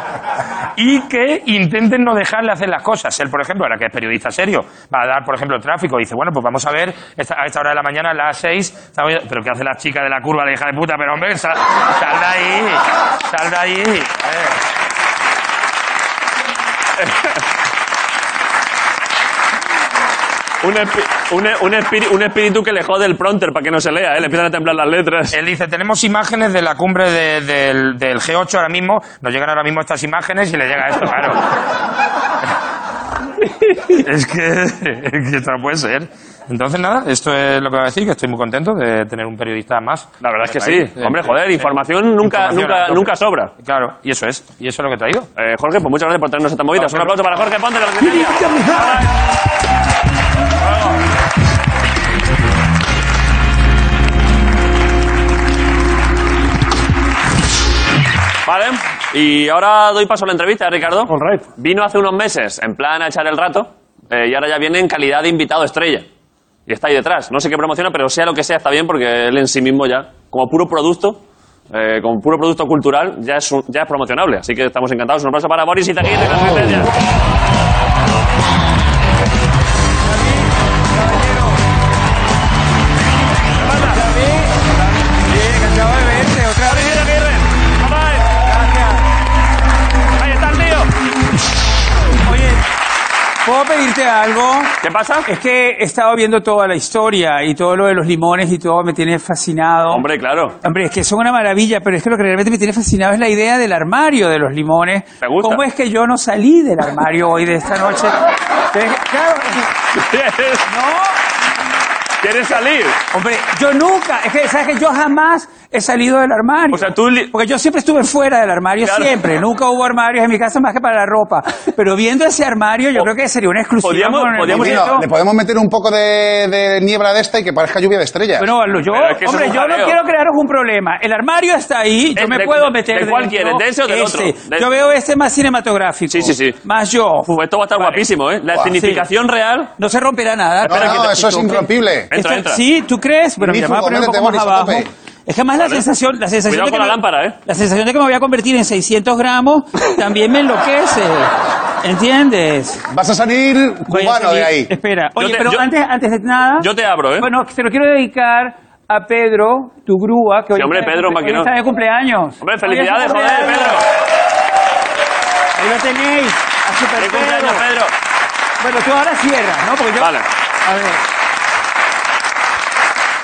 [SPEAKER 5] Y que intenten no dejarle hacer las cosas. Él, por ejemplo, ahora que es periodista serio, va a dar, por ejemplo, tráfico. Dice, bueno, pues vamos a ver esta- a esta hora de la mañana, a las seis. estamos- Pero ¿qué hace la chica de la curva, la hija de puta? Pero hombre, sal, sal de ahí, sal de ahí. eh.
[SPEAKER 1] Un, espi- un, e- un espíritu, un espíritu que le jode el pronter para que no se lea, ¿eh? le empiezan a temblar las letras.
[SPEAKER 5] Él dice, tenemos imágenes de la cumbre de- del, del G8 ahora mismo, nos llegan ahora mismo estas imágenes y le llega esto, claro. <laughs> es, que, es que esto no puede ser. Entonces, nada, esto es lo que voy a decir, que estoy muy contento de tener un periodista más.
[SPEAKER 1] La verdad es que sí. Hombre, joder, información nunca,
[SPEAKER 5] Información a
[SPEAKER 1] nunca,
[SPEAKER 5] tope.
[SPEAKER 1] nunca sobra.
[SPEAKER 5] Claro, y eso es, y eso es lo que he traído.
[SPEAKER 1] Eh, Jorge, pues muchas gracias por traernos esta movida. Un aplauso para Jorge Ponte. que lo tenía. Vale, y ahora doy paso a la entrevista, ¿eh, Ricardo.
[SPEAKER 3] All right.
[SPEAKER 1] Vino hace unos meses en plan a echar el rato eh, y ahora ya viene en calidad de invitado estrella. Y está ahí detrás. No sé qué promociona, pero sea lo que sea, está bien porque él en sí mismo ya, como puro producto, eh, con puro producto cultural, ya es, un- ya es promocionable. Así que estamos encantados. Un aplauso para Boris Itaquí de
[SPEAKER 6] Oh.
[SPEAKER 1] las Resistencias. Boris Izaguirre. Vamos ahí. Ahí está el tío.
[SPEAKER 6] Oye, ¿puedo pedirte algo?
[SPEAKER 1] ¿Qué pasa?
[SPEAKER 6] Es que he estado viendo toda la historia y todo lo de los limones y todo me tiene fascinado.
[SPEAKER 1] Hombre, claro.
[SPEAKER 6] Hombre, es que son una maravilla, pero es que lo que realmente me tiene fascinado es la idea del armario de los limones.
[SPEAKER 1] ¿Te gusta?
[SPEAKER 6] ¿Cómo es que yo no salí del armario hoy de esta noche? Te- claro,
[SPEAKER 1] <laughs> ¿Quieres,
[SPEAKER 6] no,
[SPEAKER 1] quieres salir?
[SPEAKER 6] hombre, yo nunca, es que sabes que yo jamás he salido del armario.
[SPEAKER 1] O sea, tú li-
[SPEAKER 6] porque yo siempre estuve fuera del armario,
[SPEAKER 1] Claro.
[SPEAKER 6] siempre. Nunca hubo armarios en mi casa más que para la ropa. Pero viendo ese armario, yo creo que sería una exclusiva.
[SPEAKER 1] Podríamos-
[SPEAKER 6] con el
[SPEAKER 1] podríamos-
[SPEAKER 6] momento.
[SPEAKER 4] Tino, le podemos meter un poco de, de niebla de esta y que parezca lluvia de estrellas.
[SPEAKER 6] Bueno, lo- yo,
[SPEAKER 1] Pero es que eso
[SPEAKER 6] hombre,
[SPEAKER 1] es un
[SPEAKER 6] yo no
[SPEAKER 1] jaleo.
[SPEAKER 6] quiero crearos un problema. El armario está ahí, yo
[SPEAKER 1] Es
[SPEAKER 6] me
[SPEAKER 1] de-
[SPEAKER 6] puedo
[SPEAKER 1] de-
[SPEAKER 6] meter.
[SPEAKER 1] ¿de cuál
[SPEAKER 6] dentro
[SPEAKER 1] quieres, de ese o del otro?
[SPEAKER 6] este.
[SPEAKER 1] De-
[SPEAKER 6] Yo veo este más cinematográfico.
[SPEAKER 1] Sí, sí, sí.
[SPEAKER 6] Más yo.
[SPEAKER 1] Uf, esto va a estar guapísimo, ¿eh? La
[SPEAKER 4] Guau,
[SPEAKER 1] significación real.
[SPEAKER 6] No se romperá nada.
[SPEAKER 4] no,
[SPEAKER 6] Espera
[SPEAKER 4] no,
[SPEAKER 6] que te-
[SPEAKER 4] eso es
[SPEAKER 6] tú-
[SPEAKER 4] incompible.
[SPEAKER 1] Entra,
[SPEAKER 6] Esto-
[SPEAKER 1] entra.
[SPEAKER 6] Sí, ¿tú crees? Pero mira, me voy a
[SPEAKER 4] Magnífico,
[SPEAKER 6] poner un poco
[SPEAKER 4] métete,
[SPEAKER 6] más abajo.
[SPEAKER 4] Boris, a
[SPEAKER 6] Es que más la sensación, la sensación
[SPEAKER 1] Cuidado
[SPEAKER 6] de que
[SPEAKER 1] con la
[SPEAKER 6] me-
[SPEAKER 1] lámpara, ¿eh?
[SPEAKER 6] la sensación de que me voy a convertir en 600 gramos también me
[SPEAKER 1] <laughs>
[SPEAKER 6] enloquece. ¿Entiendes?
[SPEAKER 4] Vas a salir
[SPEAKER 6] Voy a
[SPEAKER 4] cubano
[SPEAKER 6] seguir-
[SPEAKER 4] de
[SPEAKER 6] <laughs>
[SPEAKER 4] ahí.
[SPEAKER 6] Espera.
[SPEAKER 1] Yo
[SPEAKER 6] Oye,
[SPEAKER 1] te-
[SPEAKER 6] pero
[SPEAKER 1] yo-
[SPEAKER 6] antes, antes de nada.
[SPEAKER 1] Yo te abro, ¿eh?
[SPEAKER 6] Bueno, se lo quiero dedicar a Pedro, tu grúa, que hoy,
[SPEAKER 1] Sí, hombre,
[SPEAKER 6] está, de
[SPEAKER 1] Pedro,
[SPEAKER 6] cumple- hoy
[SPEAKER 1] maquinón.
[SPEAKER 6] está de cumpleaños.
[SPEAKER 1] Hombre,
[SPEAKER 6] Hoy es su
[SPEAKER 1] felicidades, joder,
[SPEAKER 6] cumpleaños.
[SPEAKER 1] Pedro.
[SPEAKER 6] Ahí lo tenéis. A Super
[SPEAKER 1] ¡Feliz
[SPEAKER 6] Pedro.
[SPEAKER 1] cumpleaños, Pedro!
[SPEAKER 6] Bueno, tú ahora cierras, ¿no? Porque yo.
[SPEAKER 1] Vale.
[SPEAKER 6] A ver.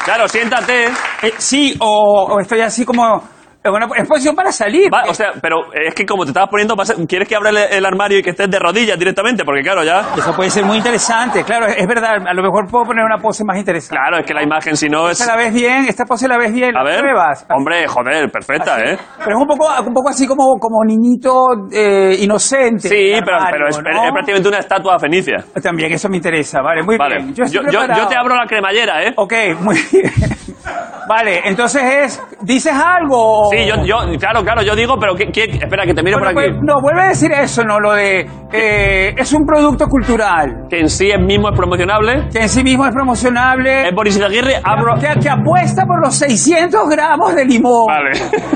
[SPEAKER 1] Claro, siéntate.
[SPEAKER 6] Eh, sí, o, o estoy así como. eh, Bueno, es posición para salir.
[SPEAKER 1] Va, o sea, pero es que como te estabas poniendo, vas a- quieres que abra el, el armario y que estés de rodillas directamente, porque claro, ya.
[SPEAKER 6] Eso puede ser muy interesante, claro, es verdad. A lo mejor puedo poner una pose más interesante.
[SPEAKER 1] Claro, es que la imagen si no es.
[SPEAKER 6] Esta la ves bien, esta pose la ves bien, la
[SPEAKER 1] A ver.
[SPEAKER 6] pruebas.
[SPEAKER 1] Hombre, joder,
[SPEAKER 6] ¿Ah,
[SPEAKER 1] perfecta, ¿eh?
[SPEAKER 6] Pero es un poco, un poco así como, como niñito eh, inocente.
[SPEAKER 1] Sí,
[SPEAKER 6] del
[SPEAKER 1] pero,
[SPEAKER 6] armario,
[SPEAKER 1] pero es,
[SPEAKER 6] ¿no?
[SPEAKER 1] es prácticamente una estatua fenicia.
[SPEAKER 6] También eso me interesa, vale, muy
[SPEAKER 1] Vale.
[SPEAKER 6] bien.
[SPEAKER 1] Yo,
[SPEAKER 6] estoy
[SPEAKER 1] yo- yo
[SPEAKER 6] preparado.
[SPEAKER 1] te abro la cremallera, ¿eh?
[SPEAKER 6] Ok, muy bien. <laughs> Vale, entonces es, ¿dices algo?
[SPEAKER 1] Sí, yo, yo, claro, claro, yo digo, pero ¿qué- qué- espera, que te mire
[SPEAKER 6] Bueno,
[SPEAKER 1] por aquí.
[SPEAKER 6] pues, no, vuelve a decir eso, no, lo de, eh, es un producto cultural,
[SPEAKER 1] Que en sí es mismo es promocionable.
[SPEAKER 6] que en sí mismo es promocionable,
[SPEAKER 1] Es Boris Izaguirre, abro.
[SPEAKER 6] que, que apuesta por los 600 gramos de limón.
[SPEAKER 1] Vale.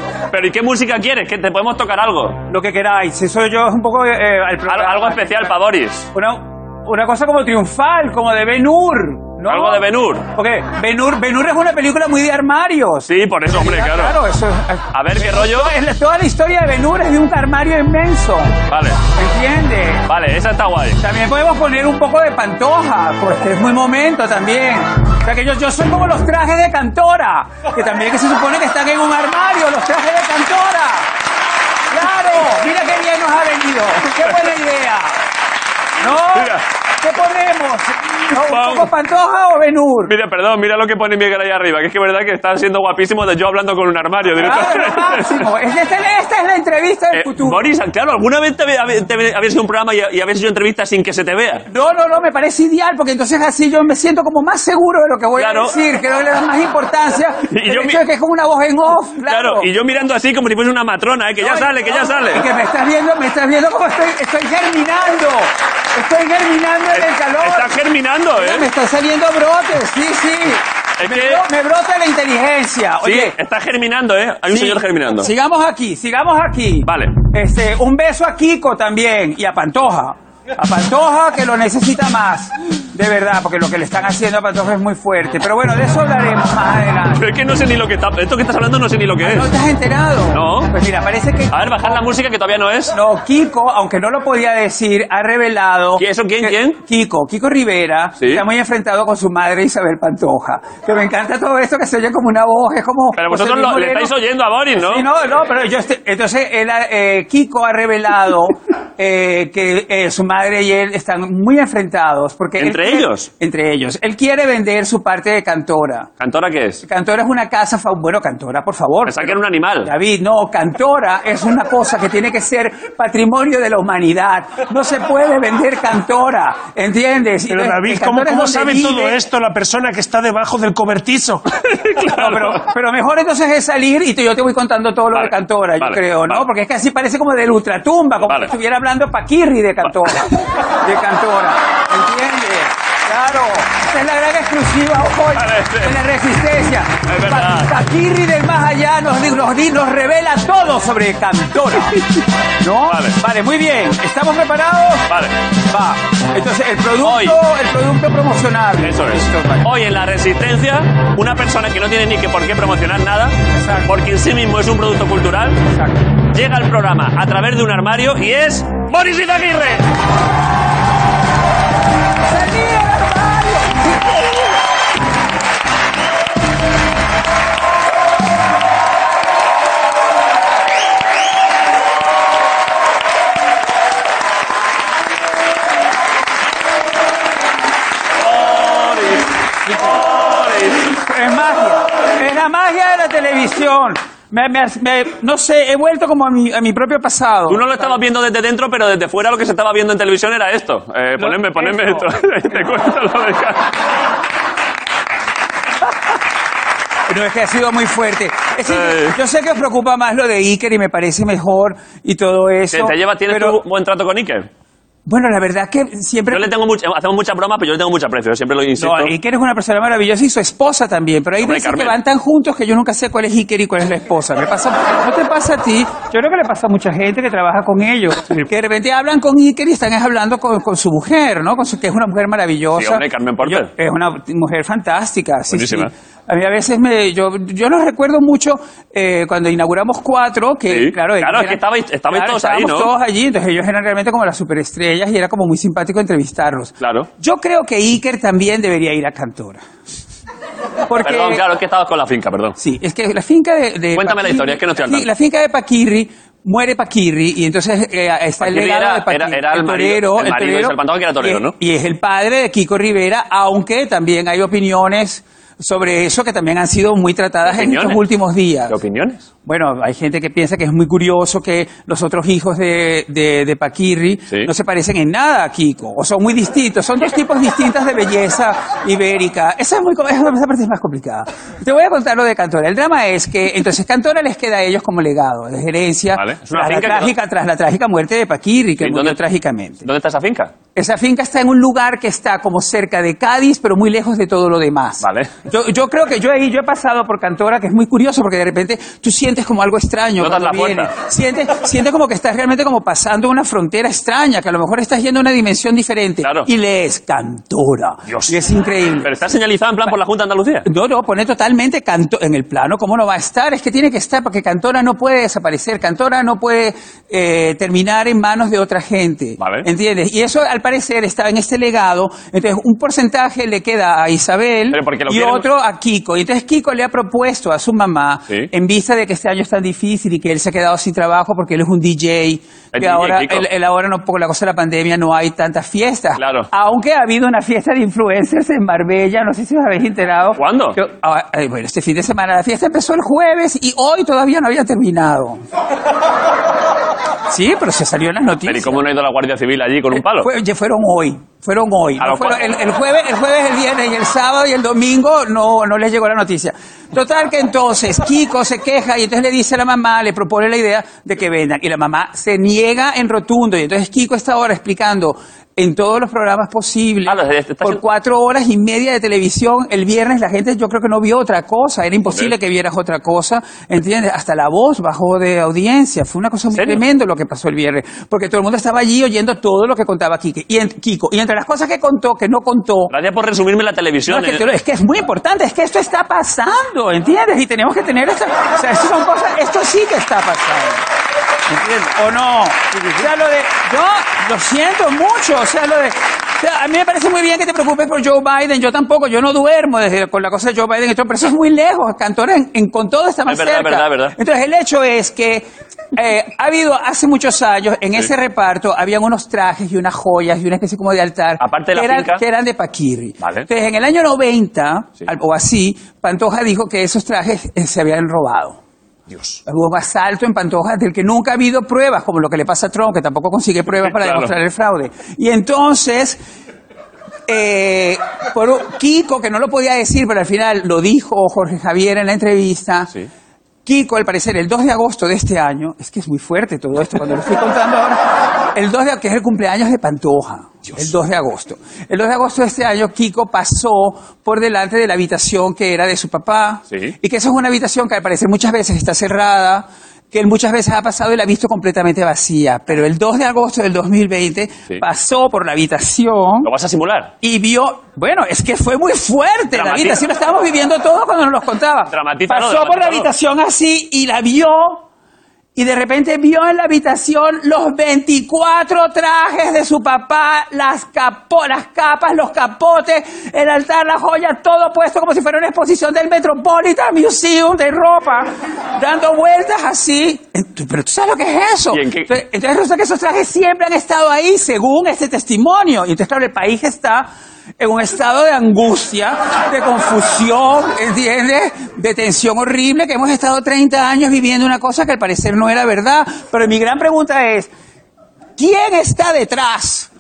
[SPEAKER 1] <laughs> Pero ¿y qué música quieres? Que te podemos tocar algo.
[SPEAKER 6] Lo que queráis, eso yo es un poco eh, al
[SPEAKER 1] Al-
[SPEAKER 6] programa.
[SPEAKER 1] algo especial para Boris.
[SPEAKER 6] Una, una cosa como triunfal, como de Benur, ¿no?
[SPEAKER 1] Algo de Benur.
[SPEAKER 6] Porque Benur, Benur es una película muy de armarios. Ah,
[SPEAKER 1] Sí, por eso, hombre, claro.
[SPEAKER 6] Claro, eso es...
[SPEAKER 1] A ver qué rollo.
[SPEAKER 6] Es la- toda la historia de Benur es de un armario inmenso.
[SPEAKER 1] Vale,
[SPEAKER 6] ¿Entiendes?
[SPEAKER 1] vale, esa está guay.
[SPEAKER 6] También podemos poner un poco de pantoja, porque es muy momento también. O sea que yo, yo soy como los trajes de cantora, que también que se supone que están en un armario, los trajes de cantora. ¡Claro! Mira qué bien nos ha venido. ¡Qué buena idea! ¿No?
[SPEAKER 1] Mira.
[SPEAKER 6] ¿Qué ponemos? ¿No? ¿Un
[SPEAKER 1] Vamos.
[SPEAKER 6] poco pantoja o Benur?
[SPEAKER 1] Mira, perdón, mira lo que pone Miguel ahí arriba, que es que verdad que está siendo guapísimo de yo hablando con un
[SPEAKER 6] Ah,
[SPEAKER 1] armario
[SPEAKER 6] Claro,
[SPEAKER 1] directamente.
[SPEAKER 6] máximo. Es que esta, esta es la entrevista del
[SPEAKER 1] Eh,
[SPEAKER 6] futuro.
[SPEAKER 1] Boris, claro, ¿alguna vez te, había- te habías hecho un programa y, y habías hecho entrevistas sin que se te vea?
[SPEAKER 6] No, no, no, me parece ideal porque entonces así yo me siento como más seguro de lo que voy
[SPEAKER 1] Claro.
[SPEAKER 6] a decir, creo que le da más importancia.
[SPEAKER 1] <laughs> Y
[SPEAKER 6] el
[SPEAKER 1] yo
[SPEAKER 6] hecho
[SPEAKER 1] mi-
[SPEAKER 6] de que es como una voz en off, claro.
[SPEAKER 1] y yo mirando así como si fuese una matrona, eh, que ya
[SPEAKER 6] No,
[SPEAKER 1] sale, que ya
[SPEAKER 6] no,
[SPEAKER 1] sale.
[SPEAKER 6] Y que me estás viendo, me estás viendo como estoy, estoy germinando. Estoy germinando en el calor.
[SPEAKER 1] Está germinando,
[SPEAKER 6] Mira, Me
[SPEAKER 1] ¿eh?
[SPEAKER 6] están saliendo brotes, sí, sí.
[SPEAKER 1] Es
[SPEAKER 6] me,
[SPEAKER 1] que-
[SPEAKER 6] bro- me brota la inteligencia.
[SPEAKER 1] Sí,
[SPEAKER 6] Oye,
[SPEAKER 1] está germinando, ¿eh? Hay un
[SPEAKER 6] sí,
[SPEAKER 1] señor germinando.
[SPEAKER 6] Sigamos aquí, sigamos aquí.
[SPEAKER 1] Vale.
[SPEAKER 6] Este, un beso a Kiko también y a Pantoja. A Pantoja que lo necesita más. De verdad, porque lo que le están haciendo a Pantoja es muy fuerte. Pero bueno, de eso hablaremos más adelante.
[SPEAKER 1] Pero es que no sé ni lo que está... Esto que estás hablando no sé ni lo que
[SPEAKER 6] ¿No
[SPEAKER 1] es.
[SPEAKER 6] te has enterado?
[SPEAKER 1] No.
[SPEAKER 6] Pues mira, parece que.
[SPEAKER 1] A ver, bajar la música que todavía no es.
[SPEAKER 6] No, Kiko, aunque no lo podía decir, ha revelado.
[SPEAKER 1] ¿Qui- eso quién,
[SPEAKER 6] que-
[SPEAKER 1] quién?
[SPEAKER 6] Kiko, Kiko Rivera.
[SPEAKER 1] Sí.
[SPEAKER 6] Está muy enfrentado con su madre Isabel Pantoja. Que me encanta todo esto que se oye como una voz, es como.
[SPEAKER 1] Pero
[SPEAKER 6] José
[SPEAKER 1] vosotros
[SPEAKER 6] Luis
[SPEAKER 1] lo- le
[SPEAKER 6] Pues Moreno.
[SPEAKER 1] estáis oyendo a Boris, ¿no?
[SPEAKER 6] Sí, no, no, pero yo estoy- entonces él ha- eh, Kiko ha revelado
[SPEAKER 3] <laughs>
[SPEAKER 6] eh, que eh, su madre y él están muy enfrentados porque él
[SPEAKER 1] ¿Entre
[SPEAKER 6] quiere-
[SPEAKER 1] ellos?
[SPEAKER 6] entre ellos. Él quiere vender su parte de Cantora.
[SPEAKER 1] ¿Cantora qué es?
[SPEAKER 6] Cantora es una casa, fa- bueno, Cantora, por favor.
[SPEAKER 1] Pensaba que era un animal.
[SPEAKER 6] David, no, Cantora es una cosa que tiene que ser patrimonio de la humanidad. No se puede vender Cantora, ¿entiendes? Y
[SPEAKER 3] Pero
[SPEAKER 6] entonces,
[SPEAKER 3] David,
[SPEAKER 6] que
[SPEAKER 3] ¿cómo,
[SPEAKER 6] Cantora es
[SPEAKER 3] cómo
[SPEAKER 6] donde
[SPEAKER 3] sabe
[SPEAKER 6] vive-
[SPEAKER 3] todo esto la persona que está debajo del
[SPEAKER 6] <laughs>
[SPEAKER 3] cobertizo?
[SPEAKER 6] No, pero, pero mejor entonces es salir y te- yo te voy contando todo lo
[SPEAKER 1] Vale,
[SPEAKER 6] de Cantora, yo
[SPEAKER 1] vale,
[SPEAKER 6] creo, ¿no?
[SPEAKER 1] vale.
[SPEAKER 6] Porque es que así parece como del ultratumba, como
[SPEAKER 1] Vale.
[SPEAKER 6] si estuviera hablando Paquirri de Cantora. De Cantora, ¿entiendes? Claro, esta es la gran exclusiva hoy
[SPEAKER 1] Vale, sí.
[SPEAKER 6] en la Resistencia.
[SPEAKER 1] Es verdad.
[SPEAKER 6] Pa- Kirri del más allá nos, di- nos, di- nos revela todo sobre Cantora. ¿No?
[SPEAKER 1] Vale.
[SPEAKER 6] Vale, muy bien. ¿Estamos preparados?
[SPEAKER 1] Vale.
[SPEAKER 6] Va. Entonces, el producto,
[SPEAKER 1] Hoy.
[SPEAKER 6] el producto promocionable.
[SPEAKER 1] Eso es.
[SPEAKER 6] Listo, vale.
[SPEAKER 1] Hoy en La Resistencia, una persona que no tiene ni que por qué promocionar nada,
[SPEAKER 6] Exacto.
[SPEAKER 1] porque en sí mismo es un producto cultural,
[SPEAKER 6] Exacto.
[SPEAKER 1] llega al programa a través de un armario y es Boris Izaguirre.
[SPEAKER 6] ¡Salí del armario! Es magia. Es la magia de la televisión. Me- me- me- no sé, he vuelto como a mi, a mi propio pasado.
[SPEAKER 1] Tú no lo estabas viendo desde dentro, pero desde fuera lo que se estaba viendo en televisión era esto. Eh,
[SPEAKER 6] No,
[SPEAKER 1] ponedme, ponedme
[SPEAKER 6] eso.
[SPEAKER 1] esto. <laughs> Te cuento lo de acá.
[SPEAKER 6] Pero es que ha sido muy fuerte. Es decir,
[SPEAKER 1] Sí.
[SPEAKER 6] yo sé que os preocupa más lo de Iker y me parece mejor y todo
[SPEAKER 1] Te,
[SPEAKER 6] eso.
[SPEAKER 1] te lleva, tienes
[SPEAKER 6] pero,
[SPEAKER 1] tu buen trato con Iker.
[SPEAKER 6] Bueno, la verdad es que siempre...
[SPEAKER 1] Yo le tengo mucha, hacemos mucha broma, pero yo le tengo mucho aprecio, siempre lo insisto.
[SPEAKER 6] No, Iker es una persona maravillosa y su esposa también, pero hay
[SPEAKER 1] Hombre,
[SPEAKER 6] veces que
[SPEAKER 1] Carmen.
[SPEAKER 6] van tan juntos que yo nunca sé cuál es Iker y cuál es la esposa. Me pasa, no te pasa a ti, yo creo que le pasa a mucha gente que trabaja con ellos, que de repente hablan con Iker y están es hablando con, con su mujer, ¿no? Con su, que es una mujer maravillosa.
[SPEAKER 1] Sí, hombre, Carmen Porter.
[SPEAKER 6] Yo- es una mujer fantástica. Sí, sí.
[SPEAKER 1] Buenísima.
[SPEAKER 6] A mí a veces me, yo, yo los recuerdo mucho eh, cuando inauguramos cuatro, que
[SPEAKER 1] Sí.
[SPEAKER 6] claro, ellos
[SPEAKER 1] Claro, es que estabais- estabais todos ahí,
[SPEAKER 6] estábamos
[SPEAKER 1] ¿no?
[SPEAKER 6] todos allí, entonces ellos eran realmente como las superestrellas y era como muy simpático entrevistarlos.
[SPEAKER 1] Claro.
[SPEAKER 6] Yo creo que Iker también debería ir a Cantora. Porque...
[SPEAKER 1] Perdón, claro, es que estabas con la finca, perdón.
[SPEAKER 6] Sí, es que la finca de... de
[SPEAKER 1] Cuéntame la historia, es que no estoy al
[SPEAKER 6] la,
[SPEAKER 1] tanto.
[SPEAKER 6] fi- la finca de Paquirri, muere Paquirri, y entonces eh, está el
[SPEAKER 1] Paquirri
[SPEAKER 6] legado
[SPEAKER 1] era-
[SPEAKER 6] de Paquirri.
[SPEAKER 1] era- era el marido- el marido de
[SPEAKER 6] torero,
[SPEAKER 1] Salpantón, que era torero,
[SPEAKER 6] y-
[SPEAKER 1] ¿no?
[SPEAKER 6] Y es el padre de Kiko Rivera, aunque también hay opiniones sobre eso que también han sido muy tratadas en estos
[SPEAKER 1] Opiniones.
[SPEAKER 6] últimos días.
[SPEAKER 1] ¿Qué opiniones?
[SPEAKER 6] Bueno, hay gente que piensa que es muy curioso que los otros hijos de, de, de Paquirri
[SPEAKER 1] Sí.
[SPEAKER 6] no se parecen en nada a Kiko, o son muy distintos, son dos tipos distintos de belleza ibérica. Esa, es muy, co- esa parte es más complicada. Te voy a contar lo de Cantora. El drama es que entonces Cantora les queda a ellos como legado, de herencia,
[SPEAKER 1] Vale. Es una
[SPEAKER 6] tras, la
[SPEAKER 1] finca que no-
[SPEAKER 6] trágica, tras la trágica muerte de Paquirri, que
[SPEAKER 1] ¿Y
[SPEAKER 6] murió
[SPEAKER 1] dónde-
[SPEAKER 6] trágicamente.
[SPEAKER 1] ¿Dónde está esa finca?
[SPEAKER 6] Esa finca está en un lugar que está como cerca de Cádiz, pero muy lejos de todo lo demás.
[SPEAKER 1] Vale.
[SPEAKER 6] Yo, yo creo que yo ahí, yo he pasado por Cantora, que es muy curioso, porque de repente tú sientes como algo extraño.
[SPEAKER 1] Notas
[SPEAKER 6] cuando
[SPEAKER 1] la
[SPEAKER 6] vienes.
[SPEAKER 1] puerta.
[SPEAKER 6] Sientes, sientes como que estás realmente como pasando una frontera extraña, que a lo mejor estás yendo a una dimensión diferente.
[SPEAKER 1] Claro.
[SPEAKER 6] Y lees Cantora.
[SPEAKER 1] Dios.
[SPEAKER 6] Y es increíble.
[SPEAKER 1] Pero está señalizada en plan por la Junta de Andalucía.
[SPEAKER 6] No, no, pone totalmente canto en el plano. ¿Cómo no va a estar? Es que tiene que estar porque Cantora no puede desaparecer. Cantora no puede eh, terminar en manos de otra gente.
[SPEAKER 1] Vale.
[SPEAKER 6] ¿Entiendes? Y eso, al parecer, está en este legado. Entonces, un porcentaje le queda a Isabel
[SPEAKER 1] Pero porque lo
[SPEAKER 6] y
[SPEAKER 1] quieren-
[SPEAKER 6] otro a Kiko. Y entonces Kiko le ha propuesto a su mamá,
[SPEAKER 1] Sí.
[SPEAKER 6] en vista de que este año es tan difícil y que él se ha quedado sin trabajo porque él es un DJ,
[SPEAKER 1] El
[SPEAKER 6] que
[SPEAKER 1] DJ
[SPEAKER 6] ahora,
[SPEAKER 1] Kiko.
[SPEAKER 6] él- él ahora no, por la cosa de la pandemia no hay tantas fiestas.
[SPEAKER 1] Claro.
[SPEAKER 6] Aunque ha habido una fiesta de influencers en Marbella, no sé si os habéis enterado.
[SPEAKER 1] ¿Cuándo?
[SPEAKER 6] Que- ah, eh, bueno, este fin de semana. La fiesta empezó el jueves y hoy todavía no
[SPEAKER 1] <laughs>
[SPEAKER 6] había terminado. Sí, pero se salió en las noticias.
[SPEAKER 1] Pero ¿y cómo no ha ido la Guardia Civil allí con un palo?
[SPEAKER 6] Eh, Fue- ya fueron hoy. Fueron hoy.
[SPEAKER 1] A
[SPEAKER 6] No
[SPEAKER 1] lo
[SPEAKER 6] fueron-
[SPEAKER 1] cual-
[SPEAKER 6] el, el jueves, el jueves, el viernes y el sábado y el domingo no, no les llegó la noticia. Total que entonces Kiko se queja y entonces le dice a la mamá, le propone la idea de que vendan. Y la mamá se niega en rotundo. Y entonces Kiko está ahora explicando en todos los programas posibles,
[SPEAKER 1] Ah, lo- está
[SPEAKER 6] por
[SPEAKER 1] haciendo-
[SPEAKER 6] cuatro horas y media de televisión, el viernes la gente yo creo que no vio otra cosa, era imposible
[SPEAKER 1] Ok.
[SPEAKER 6] que vieras otra cosa, ¿entiendes? Hasta la voz bajó de audiencia, fue una cosa muy
[SPEAKER 1] serio?
[SPEAKER 6] tremendo lo que pasó el viernes, porque todo el mundo estaba allí oyendo todo lo que contaba Quique, y en- Kiko. Y entre las cosas que contó, que no contó,
[SPEAKER 1] Gracias por resumirme la televisión. eh.
[SPEAKER 6] no, es, que te lo- es que es muy importante, es que esto está pasando, ¿entiendes? Y tenemos que tener esta, o sea, esto son cosas, esto sí que está pasando. ¿Entiendes? ¿O no? O sea, lo de, yo lo siento mucho, o sea, lo de, o sea, a mí me parece muy bien que te preocupes por Joe Biden, yo tampoco, yo no duermo desde, con la cosa de Joe Biden, entonces, pero eso es muy lejos, Cantora en, en- con todo está más
[SPEAKER 1] Es verdad,
[SPEAKER 6] cerca.
[SPEAKER 1] verdad, verdad.
[SPEAKER 6] Entonces, el hecho es que eh, ha habido hace muchos años, en ese reparto, habían unos trajes y unas joyas y una especie como de altar.
[SPEAKER 1] Aparte de la
[SPEAKER 6] que eran-
[SPEAKER 1] finca.
[SPEAKER 6] que eran de Paquirri.
[SPEAKER 1] Vale.
[SPEAKER 6] Entonces, en el año 90,
[SPEAKER 1] Sí.
[SPEAKER 6] al- o así, Pantoja dijo que esos trajes eh, se habían robado.
[SPEAKER 1] Dios.
[SPEAKER 6] Hubo asalto en Pantoja del que nunca ha habido pruebas, como lo que le pasa a Trump, que tampoco
[SPEAKER 1] <laughs>
[SPEAKER 6] consigue pruebas para
[SPEAKER 1] Claro.
[SPEAKER 6] demostrar el fraude. Y entonces, eh, por un- Kiko, que no lo podía decir, pero al final lo dijo Jorge Javier en la entrevista.
[SPEAKER 1] Sí.
[SPEAKER 6] Kiko, al parecer, el 2 de agosto de este año, es que es muy fuerte todo esto cuando lo estoy contando ahora, el 2 de agosto, que es el cumpleaños de Pantoja. El 2 de agosto. El 2 de agosto de este año, Kiko pasó por delante de la habitación que era de su papá.
[SPEAKER 1] Sí.
[SPEAKER 6] Y que esa es una habitación que al parecer muchas veces está cerrada, que él muchas veces ha pasado y la ha visto completamente vacía. Pero el 2 de agosto del 2020
[SPEAKER 1] Sí.
[SPEAKER 6] pasó por la habitación
[SPEAKER 1] ¿Lo vas a simular?
[SPEAKER 6] y vio, bueno, es que fue muy fuerte la
[SPEAKER 1] Dramatiza.
[SPEAKER 6] habitación, lo estábamos viviendo todo cuando nos lo contaba.
[SPEAKER 1] Dramatízalo,
[SPEAKER 6] Pasó por la
[SPEAKER 1] dramatízalo.
[SPEAKER 6] habitación así y la vio y de repente vio en la habitación los 24 trajes de su papá, las, capo- las capas, los capotes, el altar, la joya, todo puesto como si fuera una exposición del Metropolitan Museum de ropa, dando vueltas así. En- tú- Pero tú sabes lo que es eso.
[SPEAKER 1] ¿Y en qué-
[SPEAKER 6] Entonces, entonces resulta que esos trajes siempre han estado ahí, según este testimonio. Y entonces, claro, el país está en un estado de angustia, de confusión, ¿entiendes? De tensión horrible, que hemos estado 30 años viviendo una cosa que al parecer no era verdad. Pero mi gran pregunta es, ¿quién está detrás?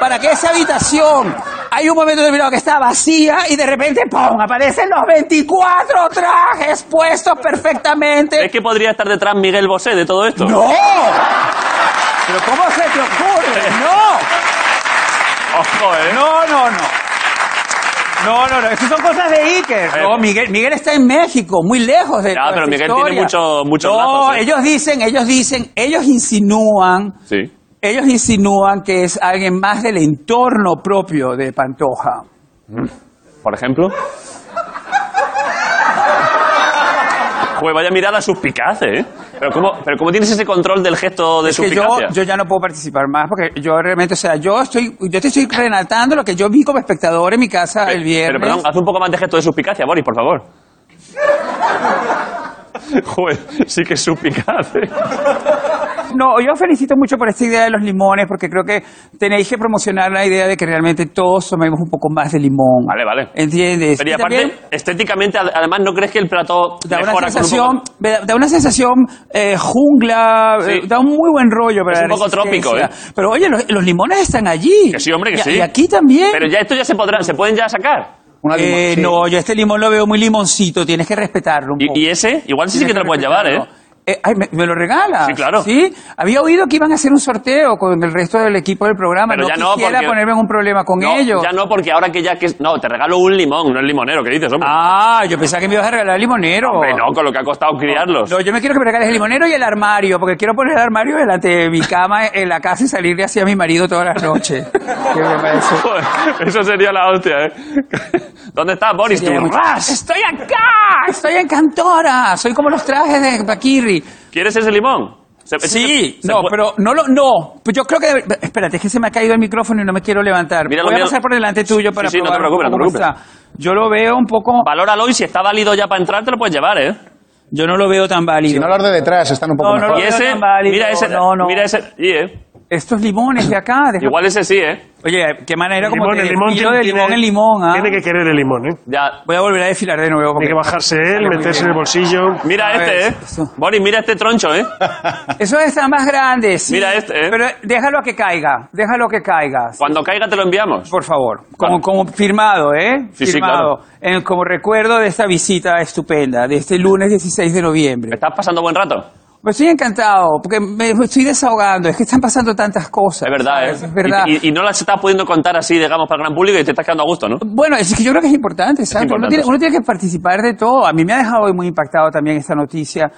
[SPEAKER 6] Para que esa habitación, hay un momento determinado que está vacía y de repente, ¡pum!, aparecen los 24 trajes puestos perfectamente.
[SPEAKER 1] ¿Crees que podría estar detrás Miguel Bosé de todo esto?
[SPEAKER 6] Eh. ¡No! ¿Pero cómo se te ocurre? ¡No!
[SPEAKER 1] Ojo, ¿eh?
[SPEAKER 6] <laughs> No, no, no. No, no, no. Esas son cosas de Iker. No, Miguel, Miguel está en México, muy lejos de.
[SPEAKER 1] Ya,
[SPEAKER 6] toda
[SPEAKER 1] pero
[SPEAKER 6] esa
[SPEAKER 1] Miguel
[SPEAKER 6] historia.
[SPEAKER 1] tiene mucho- muchos
[SPEAKER 6] No,
[SPEAKER 1] lazos, ¿eh?
[SPEAKER 6] ellos dicen, ellos dicen, ellos insinúan.
[SPEAKER 1] Sí.
[SPEAKER 6] Ellos insinúan que es alguien más del entorno propio de Pantoja.
[SPEAKER 1] Por ejemplo. Joder, vaya mirada suspicaz, ¿eh? Pero ¿cómo, pero cómo tienes ese control del gesto de
[SPEAKER 6] Es que yo,
[SPEAKER 1] suspicacia?
[SPEAKER 6] yo ya no puedo participar más porque yo realmente, o sea, yo estoy, yo te estoy relatando lo que yo vi como espectador en mi casa el viernes.
[SPEAKER 1] Pero perdón, haz un poco más de gesto de suspicacia, Boris, por
[SPEAKER 6] <laughs>
[SPEAKER 1] favor. Joder, sí que es suspicaz, ¿eh?
[SPEAKER 6] No, yo felicito mucho por esta idea de los limones, porque creo que tenéis que promocionar la idea de que realmente todos tomemos un poco más de limón.
[SPEAKER 1] Vale, vale.
[SPEAKER 6] ¿Entiendes?
[SPEAKER 1] Pero y
[SPEAKER 6] Y
[SPEAKER 1] aparte,
[SPEAKER 6] también
[SPEAKER 1] estéticamente, ad- además, ¿no crees que el plato
[SPEAKER 6] da una
[SPEAKER 1] mejora con un
[SPEAKER 6] sensación,
[SPEAKER 1] poco-
[SPEAKER 6] me da, da una sensación eh, jungla,
[SPEAKER 1] Sí.
[SPEAKER 6] eh, da un muy buen rollo. Para
[SPEAKER 1] Es
[SPEAKER 6] la
[SPEAKER 1] un poco trópico, ¿eh?
[SPEAKER 6] resistencia. Pero oye, los, los limones están allí.
[SPEAKER 1] Que sí, hombre, que
[SPEAKER 6] Y-
[SPEAKER 1] sí.
[SPEAKER 6] Y aquí también.
[SPEAKER 1] Pero ya esto ya se podrá, se pueden ya sacar.
[SPEAKER 4] Una limo-
[SPEAKER 6] Eh,
[SPEAKER 4] sí.
[SPEAKER 6] No, yo este limón lo veo muy limoncito, tienes que respetarlo un poco.
[SPEAKER 1] Y, y ese, igual sí que te lo puedes llevar, ¿eh?
[SPEAKER 6] Eh, ay, me, me lo regalas.
[SPEAKER 1] Sí, claro.
[SPEAKER 6] Sí, había oído que iban a hacer un sorteo con el resto del equipo del programa.
[SPEAKER 1] Pero
[SPEAKER 6] no
[SPEAKER 1] ya no,
[SPEAKER 6] quisiera
[SPEAKER 1] porque-
[SPEAKER 6] ponerme en un problema con
[SPEAKER 1] No,
[SPEAKER 6] ellos.
[SPEAKER 1] Ya no, porque ahora que ya que... No, te regalo un limón, no el limonero, ¿qué dices, hombre?
[SPEAKER 6] Ah, yo pensaba que me ibas a regalar el limonero.
[SPEAKER 1] Hombre, no, con lo que ha costado criarlos.
[SPEAKER 6] No, yo me quiero que me regales el limonero y el armario, porque quiero poner el armario delante de mi cama eh, en la casa y salirle así a mi marido todas las noches. ¿Qué me parece?
[SPEAKER 1] Joder, <laughs> eso sería la hostia, ¿eh? <laughs> ¿Dónde está Boris? <laughs>
[SPEAKER 6] Sería
[SPEAKER 1] tú?
[SPEAKER 6] mucho- ¡Estoy acá! ¡Estoy en Cantora! Soy como los trajes de Paquirri.
[SPEAKER 1] ¿Quieres ese limón? Se-
[SPEAKER 6] Sí,
[SPEAKER 1] se- se
[SPEAKER 6] no,
[SPEAKER 1] pu-
[SPEAKER 6] pero no lo. No, Pues yo creo que. debe- Espérate, es que se me ha caído el micrófono y no me quiero levantar.
[SPEAKER 1] Míralo,
[SPEAKER 6] Voy a
[SPEAKER 1] míralo.
[SPEAKER 6] pasar por delante tuyo para
[SPEAKER 1] Sí, sí, no te
[SPEAKER 6] probar
[SPEAKER 1] preocupes, no te
[SPEAKER 6] cómo
[SPEAKER 1] preocupes.
[SPEAKER 6] está. Yo lo veo un poco.
[SPEAKER 1] Valóralo y si está válido ya para entrar, te lo puedes llevar, ¿eh?
[SPEAKER 6] Yo no lo veo tan válido.
[SPEAKER 4] Si no, los de detrás están un poco
[SPEAKER 6] No, no
[SPEAKER 4] mejor.
[SPEAKER 6] lo
[SPEAKER 1] Y
[SPEAKER 6] veo
[SPEAKER 1] ese,
[SPEAKER 6] tan válido,
[SPEAKER 1] mira ese,
[SPEAKER 6] no, no.
[SPEAKER 1] mira ese, sí, ¿eh?
[SPEAKER 6] Estos limones de acá. deja-
[SPEAKER 1] Igual ese sí, ¿eh?
[SPEAKER 6] Oye, qué manera como
[SPEAKER 3] Limón,
[SPEAKER 6] que
[SPEAKER 3] el limón
[SPEAKER 6] tiro
[SPEAKER 3] tiene-
[SPEAKER 6] de limón en limón. ¿ah?
[SPEAKER 3] Tiene que querer el limón, ¿eh?
[SPEAKER 1] Ya.
[SPEAKER 6] Voy a volver a desfilar de nuevo.
[SPEAKER 3] Tiene
[SPEAKER 6] porque-
[SPEAKER 3] que bajarse
[SPEAKER 6] Sale
[SPEAKER 3] él,
[SPEAKER 6] muy
[SPEAKER 3] meterse en
[SPEAKER 6] bien.
[SPEAKER 3] el bolsillo.
[SPEAKER 1] Mira
[SPEAKER 6] A ver,
[SPEAKER 1] este, ¿eh?
[SPEAKER 6] eso.
[SPEAKER 1] Boris, mira este troncho, ¿eh?
[SPEAKER 6] Esos están más grandes. sí.
[SPEAKER 1] Mira este, ¿eh?
[SPEAKER 6] Pero déjalo a que caiga. Déjalo que caiga.
[SPEAKER 1] Cuando caiga te lo
[SPEAKER 6] <laughs>
[SPEAKER 1] enviamos.
[SPEAKER 6] Por favor, como,
[SPEAKER 1] Claro.
[SPEAKER 6] como firmado, ¿eh?
[SPEAKER 1] Sí, sí,
[SPEAKER 6] firmado. En- como recuerdo de esta visita estupenda, de este lunes 16 de noviembre.
[SPEAKER 1] ¿Estás pasando buen rato?
[SPEAKER 6] Me Pues estoy encantado, porque me me estoy desahogando. Es que están pasando tantas cosas.
[SPEAKER 1] Es verdad, ¿eh?
[SPEAKER 6] ¿sabes? Es verdad.
[SPEAKER 1] Y, y- y no las estás pudiendo contar así, digamos, para el gran público y te estás quedando a gusto, ¿no?
[SPEAKER 6] Bueno, es que yo creo que es importante, ¿sabes?
[SPEAKER 1] importante,
[SPEAKER 6] uno, tiene,
[SPEAKER 1] sí.
[SPEAKER 6] uno tiene que participar de todo. A mí me ha dejado muy impactado también esta noticia.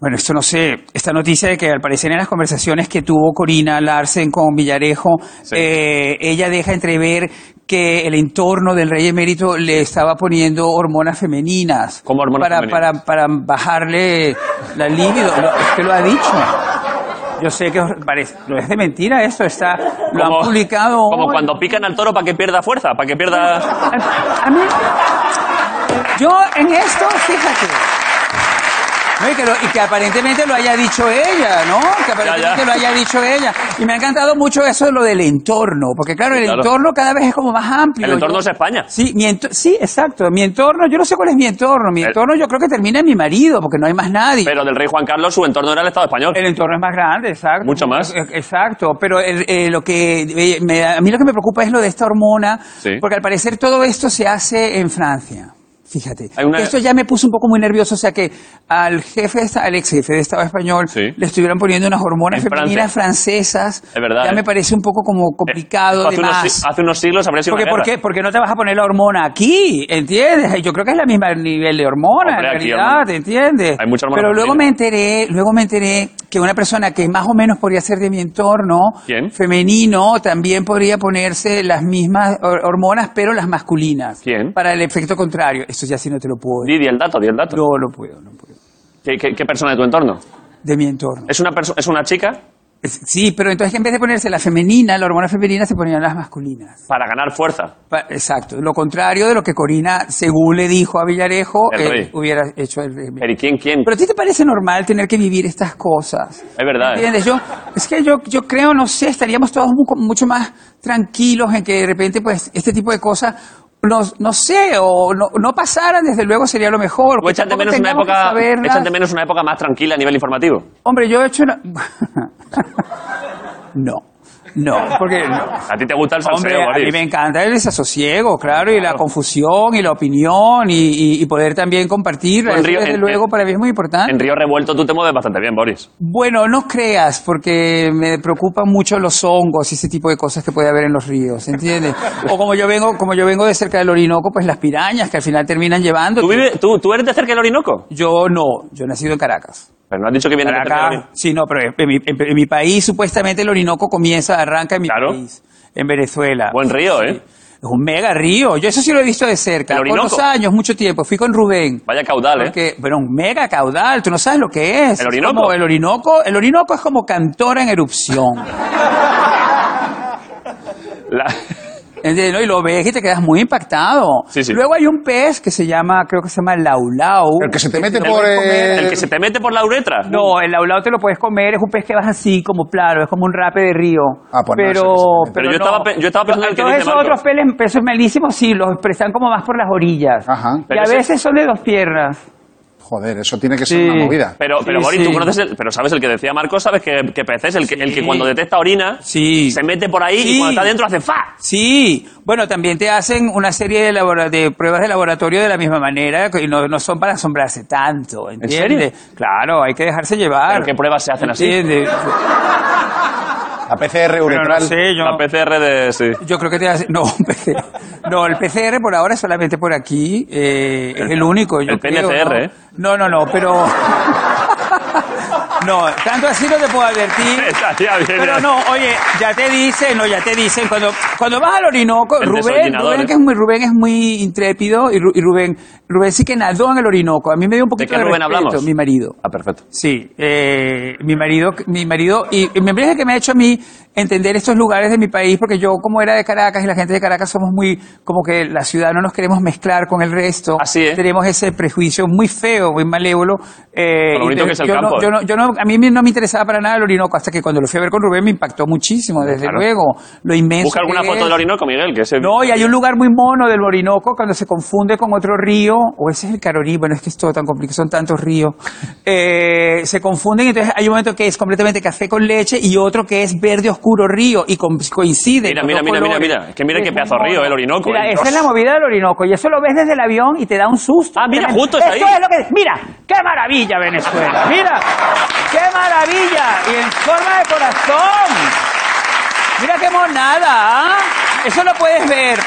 [SPEAKER 6] Bueno, esto no sé, esta noticia de que al parecer en las conversaciones que tuvo Corina Larsen con Villarejo, eh, ella deja entrever que el entorno del rey emérito le estaba poniendo hormonas femeninas.
[SPEAKER 1] ¿Cómo hormonas
[SPEAKER 6] para,
[SPEAKER 1] femeninas?
[SPEAKER 6] Para, para bajarle la libido. Lo- es que lo ha dicho. Yo sé que os parece, no es de mentira esto, está, lo han publicado.
[SPEAKER 1] Como
[SPEAKER 6] hoy.
[SPEAKER 1] cuando pican al toro para que pierda fuerza, para que pierda...
[SPEAKER 6] A a mí, yo en esto, fíjate. No, y, que lo- y que aparentemente lo haya dicho ella, ¿no? Que
[SPEAKER 1] Ya,
[SPEAKER 6] aparentemente
[SPEAKER 1] ya.
[SPEAKER 6] lo haya dicho ella. Y me ha encantado mucho eso de lo del entorno, porque claro,
[SPEAKER 1] Sí,
[SPEAKER 6] el
[SPEAKER 1] claro.
[SPEAKER 6] entorno cada vez es como más amplio.
[SPEAKER 1] El entorno
[SPEAKER 6] Yo-
[SPEAKER 1] es España.
[SPEAKER 6] Sí, mi ento- sí, exacto. Mi entorno, yo no sé cuál es mi entorno. Mi
[SPEAKER 1] El-
[SPEAKER 6] entorno yo creo que termina en mi marido, porque no hay más nadie.
[SPEAKER 1] Pero del rey Juan Carlos su entorno era el Estado español.
[SPEAKER 6] El entorno es más grande, exacto.
[SPEAKER 1] Mucho más.
[SPEAKER 6] E- Exacto, pero el- eh, lo que eh, me- a mí lo que me preocupa es lo de esta hormona,
[SPEAKER 1] Sí.
[SPEAKER 6] porque al parecer todo esto se hace en Francia. Fíjate.
[SPEAKER 1] Hay una-
[SPEAKER 6] Esto ya me puso un poco muy nervioso. O sea que al jefe, de esta- al ex jefe de Estado español,
[SPEAKER 1] Sí.
[SPEAKER 6] le estuvieron poniendo unas hormonas
[SPEAKER 1] En
[SPEAKER 6] femeninas francesas.
[SPEAKER 1] Es verdad,
[SPEAKER 6] Ya
[SPEAKER 1] eh.
[SPEAKER 6] me parece un poco como complicado.
[SPEAKER 1] hace,
[SPEAKER 6] de
[SPEAKER 1] unos,
[SPEAKER 6] más.
[SPEAKER 1] si- hace unos siglos habría sido
[SPEAKER 6] Porque,
[SPEAKER 1] una
[SPEAKER 6] ¿por
[SPEAKER 1] guerra.
[SPEAKER 6] qué? Porque no te vas a poner la hormona aquí, ¿entiendes? Yo creo que es el mismo nivel de hormona,
[SPEAKER 1] Hombre,
[SPEAKER 6] en
[SPEAKER 1] aquí,
[SPEAKER 6] realidad,
[SPEAKER 1] hombre.
[SPEAKER 6] ¿entiendes?
[SPEAKER 1] Hay mucha hormona
[SPEAKER 6] Pero luego me
[SPEAKER 1] femenina.
[SPEAKER 6] enteré, luego me enteré que una persona que más o menos podría ser de mi entorno,
[SPEAKER 1] ¿Quién?
[SPEAKER 6] femenino, también podría ponerse las mismas hor- hormonas, pero las masculinas.
[SPEAKER 1] ¿Quién?
[SPEAKER 6] Para el efecto contrario. Esto ya sí no te lo puedo
[SPEAKER 1] Di,
[SPEAKER 6] decir.
[SPEAKER 1] di el dato, di el dato.
[SPEAKER 6] No, no puedo, no puedo.
[SPEAKER 1] ¿Qué, qué- qué persona de tu entorno?
[SPEAKER 6] De mi entorno.
[SPEAKER 1] ¿Es una, perso- ¿Es una chica
[SPEAKER 6] Es- Sí, pero entonces en vez de ponerse la femenina, la hormona femenina, se ponían las masculinas.
[SPEAKER 1] para ganar fuerza?
[SPEAKER 6] Pa- Exacto, lo contrario de lo que Corina, según le dijo a Villarejo,
[SPEAKER 1] El
[SPEAKER 6] eh,
[SPEAKER 1] rey.
[SPEAKER 6] hubiera hecho el rey.
[SPEAKER 1] Pero ¿y quién, quién?
[SPEAKER 6] Pero a ti te parece normal tener que vivir estas cosas.
[SPEAKER 1] Es verdad, ¿eh?
[SPEAKER 6] ¿Entiendes? Yo, es que yo, yo creo, no sé, estaríamos todos mu- mucho más tranquilos en que de repente, pues, este tipo de cosas, nos- no sé, o no, no pasaran, desde luego sería lo mejor.
[SPEAKER 1] O
[SPEAKER 6] que
[SPEAKER 1] échate
[SPEAKER 6] tampoco
[SPEAKER 1] menos, una
[SPEAKER 6] tengamos que
[SPEAKER 1] época,
[SPEAKER 6] saberlas.
[SPEAKER 1] échate menos una época más tranquila a nivel informativo.
[SPEAKER 6] Hombre, yo he hecho una... <laughs> no, no, porque no.
[SPEAKER 1] A ti te gusta el salseo,
[SPEAKER 6] Hombre, a
[SPEAKER 1] Boris.
[SPEAKER 6] mí me encanta el desasosiego, claro, y la confusión y la opinión y, y- y poder también compartir.
[SPEAKER 1] Con
[SPEAKER 6] Eso,
[SPEAKER 1] Río-
[SPEAKER 6] desde
[SPEAKER 1] en-
[SPEAKER 6] luego,
[SPEAKER 1] en-
[SPEAKER 6] para mí es muy importante.
[SPEAKER 1] En Río Revuelto tú te mueves bastante bien, Boris.
[SPEAKER 6] Bueno, no creas, porque me preocupan mucho los hongos y ese tipo de cosas que puede haber en los ríos,
[SPEAKER 1] <laughs>
[SPEAKER 6] ¿entiendes? O como yo vengo, como yo vengo de cerca del Orinoco, pues las pirañas que al final terminan llevando.
[SPEAKER 1] ¿Tú, vive- tú, tú eres de cerca del Orinoco?
[SPEAKER 6] Yo no, yo he nacido en Caracas.
[SPEAKER 1] Pero no has dicho que vienes de cerca del
[SPEAKER 6] Caracas,
[SPEAKER 1] Orinoco.
[SPEAKER 6] sí, no, pero en mi, en- en mi país supuestamente el Orinoco comienza, arranca en mi
[SPEAKER 1] Claro.
[SPEAKER 6] país, en Venezuela.
[SPEAKER 1] Buen río, ¿eh?
[SPEAKER 6] Es un mega río. Yo eso sí lo he visto de cerca.
[SPEAKER 1] ¿El
[SPEAKER 6] Por
[SPEAKER 1] Orinoco?
[SPEAKER 6] los años, mucho tiempo. Fui con Rubén.
[SPEAKER 1] Vaya caudal, ¿eh?
[SPEAKER 6] Porque, bueno, un mega caudal. Tú no sabes lo que es.
[SPEAKER 1] ¿El
[SPEAKER 6] Es
[SPEAKER 1] Orinoco?
[SPEAKER 6] como el Orinoco. El Orinoco es como cantora en
[SPEAKER 1] <laughs>
[SPEAKER 6] erupción. <laughs>
[SPEAKER 1] La-
[SPEAKER 6] ¿Entiendes? ¿no? Y lo ves y te quedas muy impactado.
[SPEAKER 1] Sí, sí.
[SPEAKER 6] Luego hay un pez que se llama, creo que se llama laulau.
[SPEAKER 4] El que se te mete
[SPEAKER 6] lo
[SPEAKER 4] por,
[SPEAKER 6] puedes
[SPEAKER 4] eh,
[SPEAKER 1] el que se te mete por la uretra.
[SPEAKER 6] No, el laulao te lo puedes comer, es un pez que vas así, como claro, es como un rape de río.
[SPEAKER 4] Ah, pues no,
[SPEAKER 6] pero,
[SPEAKER 4] eso
[SPEAKER 1] Pero yo
[SPEAKER 6] no.
[SPEAKER 1] estaba pe- yo estaba pensando en el que
[SPEAKER 6] Todos
[SPEAKER 1] dice
[SPEAKER 6] esos
[SPEAKER 1] Marco.
[SPEAKER 6] otros peles, peces malísimos, sí, los prestan como más por las orillas.
[SPEAKER 4] Ajá.
[SPEAKER 6] Y
[SPEAKER 1] Pero
[SPEAKER 6] a
[SPEAKER 1] ese-
[SPEAKER 6] veces son de dos piernas.
[SPEAKER 4] Joder, eso tiene que ser
[SPEAKER 6] Sí.
[SPEAKER 4] una movida.
[SPEAKER 1] Pero, pero
[SPEAKER 6] Sí,
[SPEAKER 1] Boris,
[SPEAKER 6] sí.
[SPEAKER 1] tú conoces el- pero sabes el que decía Marcos, sabes que, que pez es el que, el que
[SPEAKER 6] Sí.
[SPEAKER 1] cuando detecta orina
[SPEAKER 6] Sí.
[SPEAKER 1] se mete por ahí y
[SPEAKER 6] Sí.
[SPEAKER 1] cuando está dentro hace fa.
[SPEAKER 6] Sí, bueno, también te hacen una serie de, labora- de pruebas de laboratorio de la misma manera y no, no son para asombrarse tanto, ¿entiendes?
[SPEAKER 1] serio?
[SPEAKER 6] Claro, hay que dejarse llevar.
[SPEAKER 1] ¿Pero qué pruebas se hacen así?
[SPEAKER 6] ¿Entiendes?
[SPEAKER 4] La PCR
[SPEAKER 6] Pero no
[SPEAKER 4] uretral.
[SPEAKER 6] sé, yo...
[SPEAKER 1] La PCR de...
[SPEAKER 6] <laughs>
[SPEAKER 1] Sí. <laughs>
[SPEAKER 6] Yo creo que te hace... No, no, el PCR por ahora es solamente por aquí. eh, es el único. Yo
[SPEAKER 1] el
[SPEAKER 6] creo,
[SPEAKER 1] PNCR,
[SPEAKER 6] ¿no?
[SPEAKER 1] ¿eh?
[SPEAKER 6] No, no, no, pero... <laughs> No, tanto así no te puedo advertir.
[SPEAKER 1] <laughs> Estaría bien,
[SPEAKER 6] Pero
[SPEAKER 1] ya.
[SPEAKER 6] no, oye, ya te dicen, no, ya te dicen, cuando, cuando vas al Orinoco,
[SPEAKER 1] El
[SPEAKER 6] Rubén,
[SPEAKER 1] desollinador,
[SPEAKER 6] Rubén,
[SPEAKER 1] ¿eh?
[SPEAKER 6] que es muy, Rubén es muy intrépido y, Ru- y Rubén, Rubén sí que nadó en el Orinoco. A mí me dio un poquito
[SPEAKER 1] qué
[SPEAKER 6] de,
[SPEAKER 1] Rubén
[SPEAKER 6] respeto,
[SPEAKER 1] hablamos?
[SPEAKER 6] mi marido.
[SPEAKER 1] Ah, perfecto.
[SPEAKER 6] Sí, eh, mi marido, mi marido, y, y me parece que me ha hecho a mí entender estos lugares de mi país, porque yo como era de Caracas y la gente de Caracas somos muy, como que la ciudad no nos queremos mezclar con el resto.
[SPEAKER 1] Así es.
[SPEAKER 6] Tenemos ese prejuicio muy feo, muy malévolo.
[SPEAKER 1] Con
[SPEAKER 6] eh,
[SPEAKER 1] lo
[SPEAKER 6] y
[SPEAKER 1] bonito
[SPEAKER 6] de-
[SPEAKER 1] que es el
[SPEAKER 6] yo no-
[SPEAKER 1] campo, ¿eh?
[SPEAKER 6] yo no- yo no- a mí no me interesaba para nada el Orinoco, hasta que cuando lo fui a ver con Rubén me impactó muchísimo, desde
[SPEAKER 1] Claro.
[SPEAKER 6] luego, lo inmenso.
[SPEAKER 1] Busca alguna
[SPEAKER 6] que
[SPEAKER 1] foto
[SPEAKER 6] es.
[SPEAKER 1] del Orinoco, Miguel, que ese...
[SPEAKER 6] No, y hay un lugar muy mono del Orinoco cuando se confunde con otro río, o ese es el Caroní, bueno, es que es todo tan complicado, son tantos ríos. Eh, se confunden, entonces hay un momento que es completamente café con leche y otro que es verde oscuro río y com- coincide.
[SPEAKER 1] Mira,
[SPEAKER 6] los
[SPEAKER 1] mira,
[SPEAKER 6] dos
[SPEAKER 1] mira, mira,
[SPEAKER 6] colores.
[SPEAKER 1] mira. Es que mira qué
[SPEAKER 6] muy
[SPEAKER 1] pedazo de
[SPEAKER 6] mono.
[SPEAKER 1] río, el Orinoco,
[SPEAKER 6] Mira,
[SPEAKER 1] eh.
[SPEAKER 6] esa es la movida del Orinoco y eso lo ves desde el avión y te da un susto.
[SPEAKER 1] Ah, mira,
[SPEAKER 6] Tremendo.
[SPEAKER 1] justo es
[SPEAKER 6] Esto
[SPEAKER 1] ahí.
[SPEAKER 6] es lo que- Mira, qué maravilla Venezuela, mira, qué maravilla y en forma de corazón. Mira qué monada, ¿ah? Eso lo puedes ver.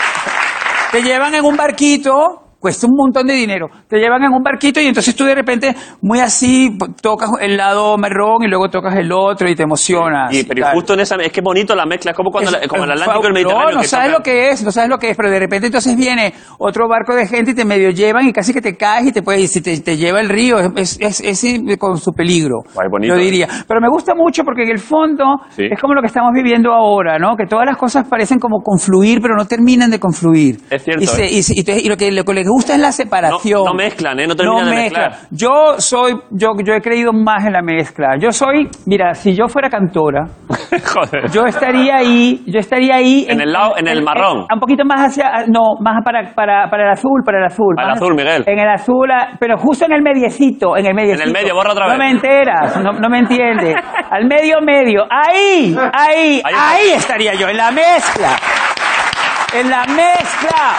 [SPEAKER 6] Te llevan en un barquito, cuesta un montón de dinero. Te llevan en un barquito y entonces tú de repente, muy así, po- tocas el lado marrón y luego tocas el otro y te emocionas.
[SPEAKER 1] Y, pero y
[SPEAKER 6] tal.
[SPEAKER 1] justo en esa... Es que bonito la mezcla. Es como cuando
[SPEAKER 6] Es-
[SPEAKER 1] la- como el
[SPEAKER 6] es
[SPEAKER 1] Atlántico y el
[SPEAKER 6] fabuloso,
[SPEAKER 1] Mediterráneo.
[SPEAKER 6] No, sabes
[SPEAKER 1] chocan.
[SPEAKER 6] lo que es, no sabes lo que es, pero de repente entonces viene otro barco de gente y te medio llevan y casi que te caes y te puedes, y si te, te lleva el río, es, es, es- es con su peligro.
[SPEAKER 1] Guay, bonito. eh.
[SPEAKER 6] Yo diría. Pero me gusta mucho porque en el fondo
[SPEAKER 1] Sí.
[SPEAKER 6] es como lo que estamos viviendo ahora, ¿no? Que todas las cosas parecen como confluir, pero no terminan de confluir.
[SPEAKER 1] Es cierto,
[SPEAKER 6] Y, se-
[SPEAKER 1] ¿eh?
[SPEAKER 6] y se- y te- y lo que lo que les gusta es la separación.
[SPEAKER 1] No- no mezclan, ¿eh? No terminan de
[SPEAKER 6] mezclan.
[SPEAKER 1] mezclar.
[SPEAKER 6] Yo soy, yo, yo he creído más en la mezcla. Yo soy, mira, si yo fuera cantora,
[SPEAKER 1] <laughs> Joder.
[SPEAKER 6] yo estaría ahí, yo estaría ahí.
[SPEAKER 1] En el lado- en el marrón.
[SPEAKER 6] un poquito más hacia, no, más para, para, para el azul, para el azul.
[SPEAKER 1] Para el
[SPEAKER 6] más-
[SPEAKER 1] azul, Miguel.
[SPEAKER 6] En el azul, a- pero justo en el mediecito, en el mediecito.
[SPEAKER 1] medio, borra otra vez.
[SPEAKER 6] No me enteras, no, no me entiendes. Al medio, medio. Ahí, ahí,
[SPEAKER 1] Ahí
[SPEAKER 6] ahí,
[SPEAKER 1] está.
[SPEAKER 6] estaría yo, en la mezcla. En la mezcla.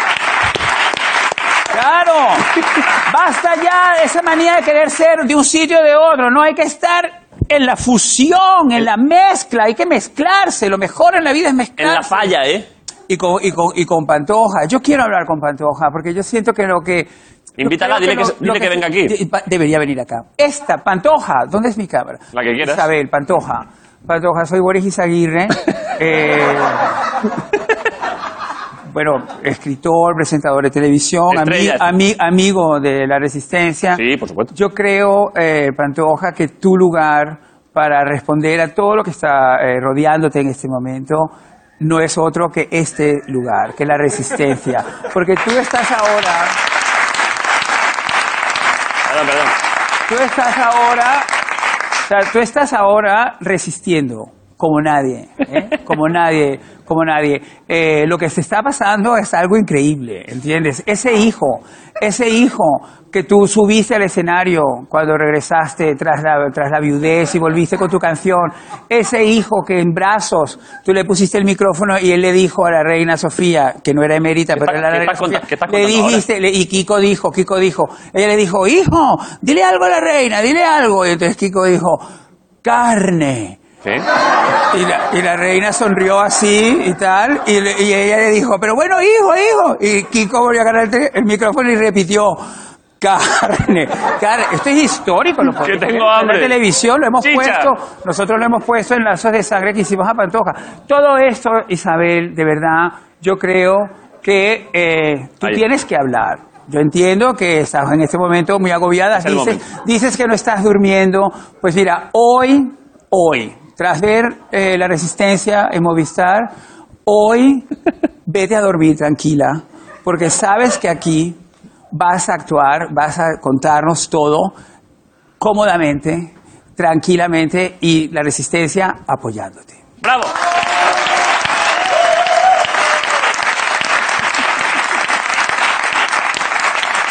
[SPEAKER 6] Claro. Basta ya de esa manía de querer ser de un sitio o de otro. No hay que estar en la fusión, en la mezcla. Hay que mezclarse. Lo mejor en la vida es
[SPEAKER 1] En
[SPEAKER 6] mezclarse.
[SPEAKER 1] la falla, ¿eh?
[SPEAKER 6] Y con, y, con, y con Pantoja. Yo quiero hablar con Pantoja porque yo siento que lo que.
[SPEAKER 1] Invítala,
[SPEAKER 6] yo creo
[SPEAKER 1] dile que-
[SPEAKER 6] lo- lo
[SPEAKER 1] dile que venga aquí.
[SPEAKER 6] de- pa- debería venir acá. Esta, Pantoja. ¿Dónde es mi cámara?
[SPEAKER 1] La que quieras.
[SPEAKER 6] Isabel, Pantoja. Pantoja, soy Boris
[SPEAKER 1] <laughs>
[SPEAKER 6] Izaguirre. eh, bueno, escritor, presentador de televisión, ami-
[SPEAKER 1] Estrella.
[SPEAKER 6] ami- amigo de la Resistencia.
[SPEAKER 1] Sí, por supuesto.
[SPEAKER 6] Yo creo, eh, Pantoja, que tu lugar para responder a todo lo que está eh, rodeándote en este momento no es otro que este lugar, que la resistencia. Porque tú estás ahora,
[SPEAKER 1] Perdón, perdón.
[SPEAKER 6] tú estás ahora, o sea, tú estás ahora resistiendo como nadie, ¿eh? como nadie, como nadie. Eh, lo que se está pasando es algo increíble, ¿entiendes? Ese hijo, ese hijo que tú subiste al escenario cuando regresaste tras la, tras la viudez y volviste con tu canción, ese hijo que en brazos tú le pusiste el micrófono y él le dijo a la reina Sofía, que no era emérita,
[SPEAKER 1] ¿Qué
[SPEAKER 6] pero
[SPEAKER 1] está-
[SPEAKER 6] era la
[SPEAKER 1] qué
[SPEAKER 6] reina
[SPEAKER 1] estás conta-
[SPEAKER 6] Sofía,
[SPEAKER 1] qué estás
[SPEAKER 6] le
[SPEAKER 1] contando ahora?
[SPEAKER 6] dijiste, este, le- y Kiko dijo, Kiko dijo, ella le dijo, hijo, dile algo a la reina, dile algo. Y entonces Kiko dijo, carne.
[SPEAKER 1] Sí.
[SPEAKER 6] Y la, y la reina sonrió así y tal, y, le- y ella le dijo, pero bueno, hijo, hijo. Y Kiko volvió a agarrar el, te- el micrófono y repitió, carne, carne. Esto es histórico. Lo
[SPEAKER 1] Que
[SPEAKER 6] podemos ver
[SPEAKER 1] tengo
[SPEAKER 6] En
[SPEAKER 1] hambre.
[SPEAKER 6] la televisión lo hemos
[SPEAKER 1] Chicha.
[SPEAKER 6] puesto, nosotros lo hemos puesto en lazos de sangre que hicimos a Pantoja. Todo esto, Isabel, de verdad, yo creo que eh, tú
[SPEAKER 1] Ahí.
[SPEAKER 6] tienes que hablar. Yo entiendo que estás en este momento muy agobiada,
[SPEAKER 1] el
[SPEAKER 6] dices,
[SPEAKER 1] momento.
[SPEAKER 6] dices que no estás durmiendo. Pues mira, hoy, hoy, tras ver eh, la resistencia en Movistar,
[SPEAKER 1] <laughs>
[SPEAKER 6] hoy vete a dormir tranquila, porque sabes que aquí vas a actuar, vas a contarnos todo cómodamente, tranquilamente y la resistencia apoyándote.
[SPEAKER 1] ¡Bravo!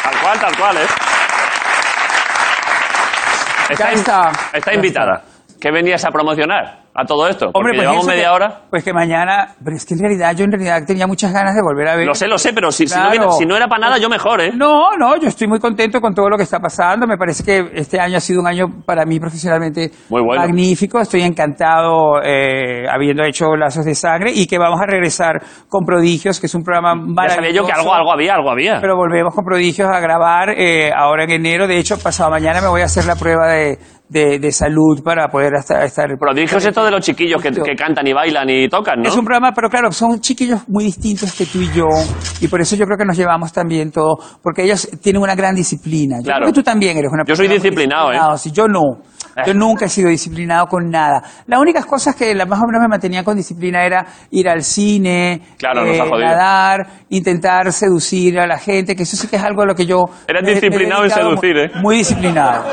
[SPEAKER 1] Tal cual, tal cual, ¿eh?
[SPEAKER 6] Ya
[SPEAKER 1] in-
[SPEAKER 6] está.
[SPEAKER 1] está
[SPEAKER 6] Ya
[SPEAKER 1] invitada. ¿Qué venías a promocionar a todo esto? Porque
[SPEAKER 6] pues
[SPEAKER 1] llevamos
[SPEAKER 6] eso que-
[SPEAKER 1] media hora.
[SPEAKER 6] Pues que mañana, pero es que en realidad yo en realidad tenía muchas ganas de volver a ver.
[SPEAKER 1] Lo sé, lo sé, pero si, si no
[SPEAKER 6] Claro.
[SPEAKER 1] viene- si no era para nada, yo mejor, ¿eh?
[SPEAKER 6] No, no, yo estoy muy contento con todo lo que está pasando. Me parece que este año ha sido un año para mí profesionalmente
[SPEAKER 1] Muy bueno.
[SPEAKER 6] magnífico. Estoy encantado eh, habiendo hecho Lazos de Sangre y que vamos a regresar con Prodigios, que es un programa
[SPEAKER 1] Ya
[SPEAKER 6] maravilloso.
[SPEAKER 1] sabía yo que algo, algo había, algo había.
[SPEAKER 6] Pero volvemos con Prodigios a grabar eh, ahora en enero. De hecho, pasado mañana me voy a hacer la prueba de, de- de salud para poder hasta- estar...
[SPEAKER 1] Prodigios es esto de los chiquillos que, que cantan y bailan y tocan, ¿no?
[SPEAKER 6] Es un programa, pero claro, son chiquillos muy distintos que tú y yo, y por eso yo creo que nos llevamos también todo, porque ellos tienen una gran disciplina. Yo
[SPEAKER 1] Claro.
[SPEAKER 6] creo que tú también eres una
[SPEAKER 1] Yo soy
[SPEAKER 6] persona muy
[SPEAKER 1] disciplinado, ¿eh?
[SPEAKER 6] disciplinada, sí, yo no. Yo nunca he sido disciplinado con nada. Las únicas cosas que la- más o menos me mantenían con disciplina era ir al cine, eh,
[SPEAKER 1] Claro, nos ha jodido.
[SPEAKER 6] nadar, intentar seducir a la gente, que eso sí que es algo a lo que yo...
[SPEAKER 1] Eras
[SPEAKER 6] me- me he
[SPEAKER 1] disciplinado en
[SPEAKER 6] dedicado mu-
[SPEAKER 1] seducir, ¿eh?
[SPEAKER 6] Muy disciplinado.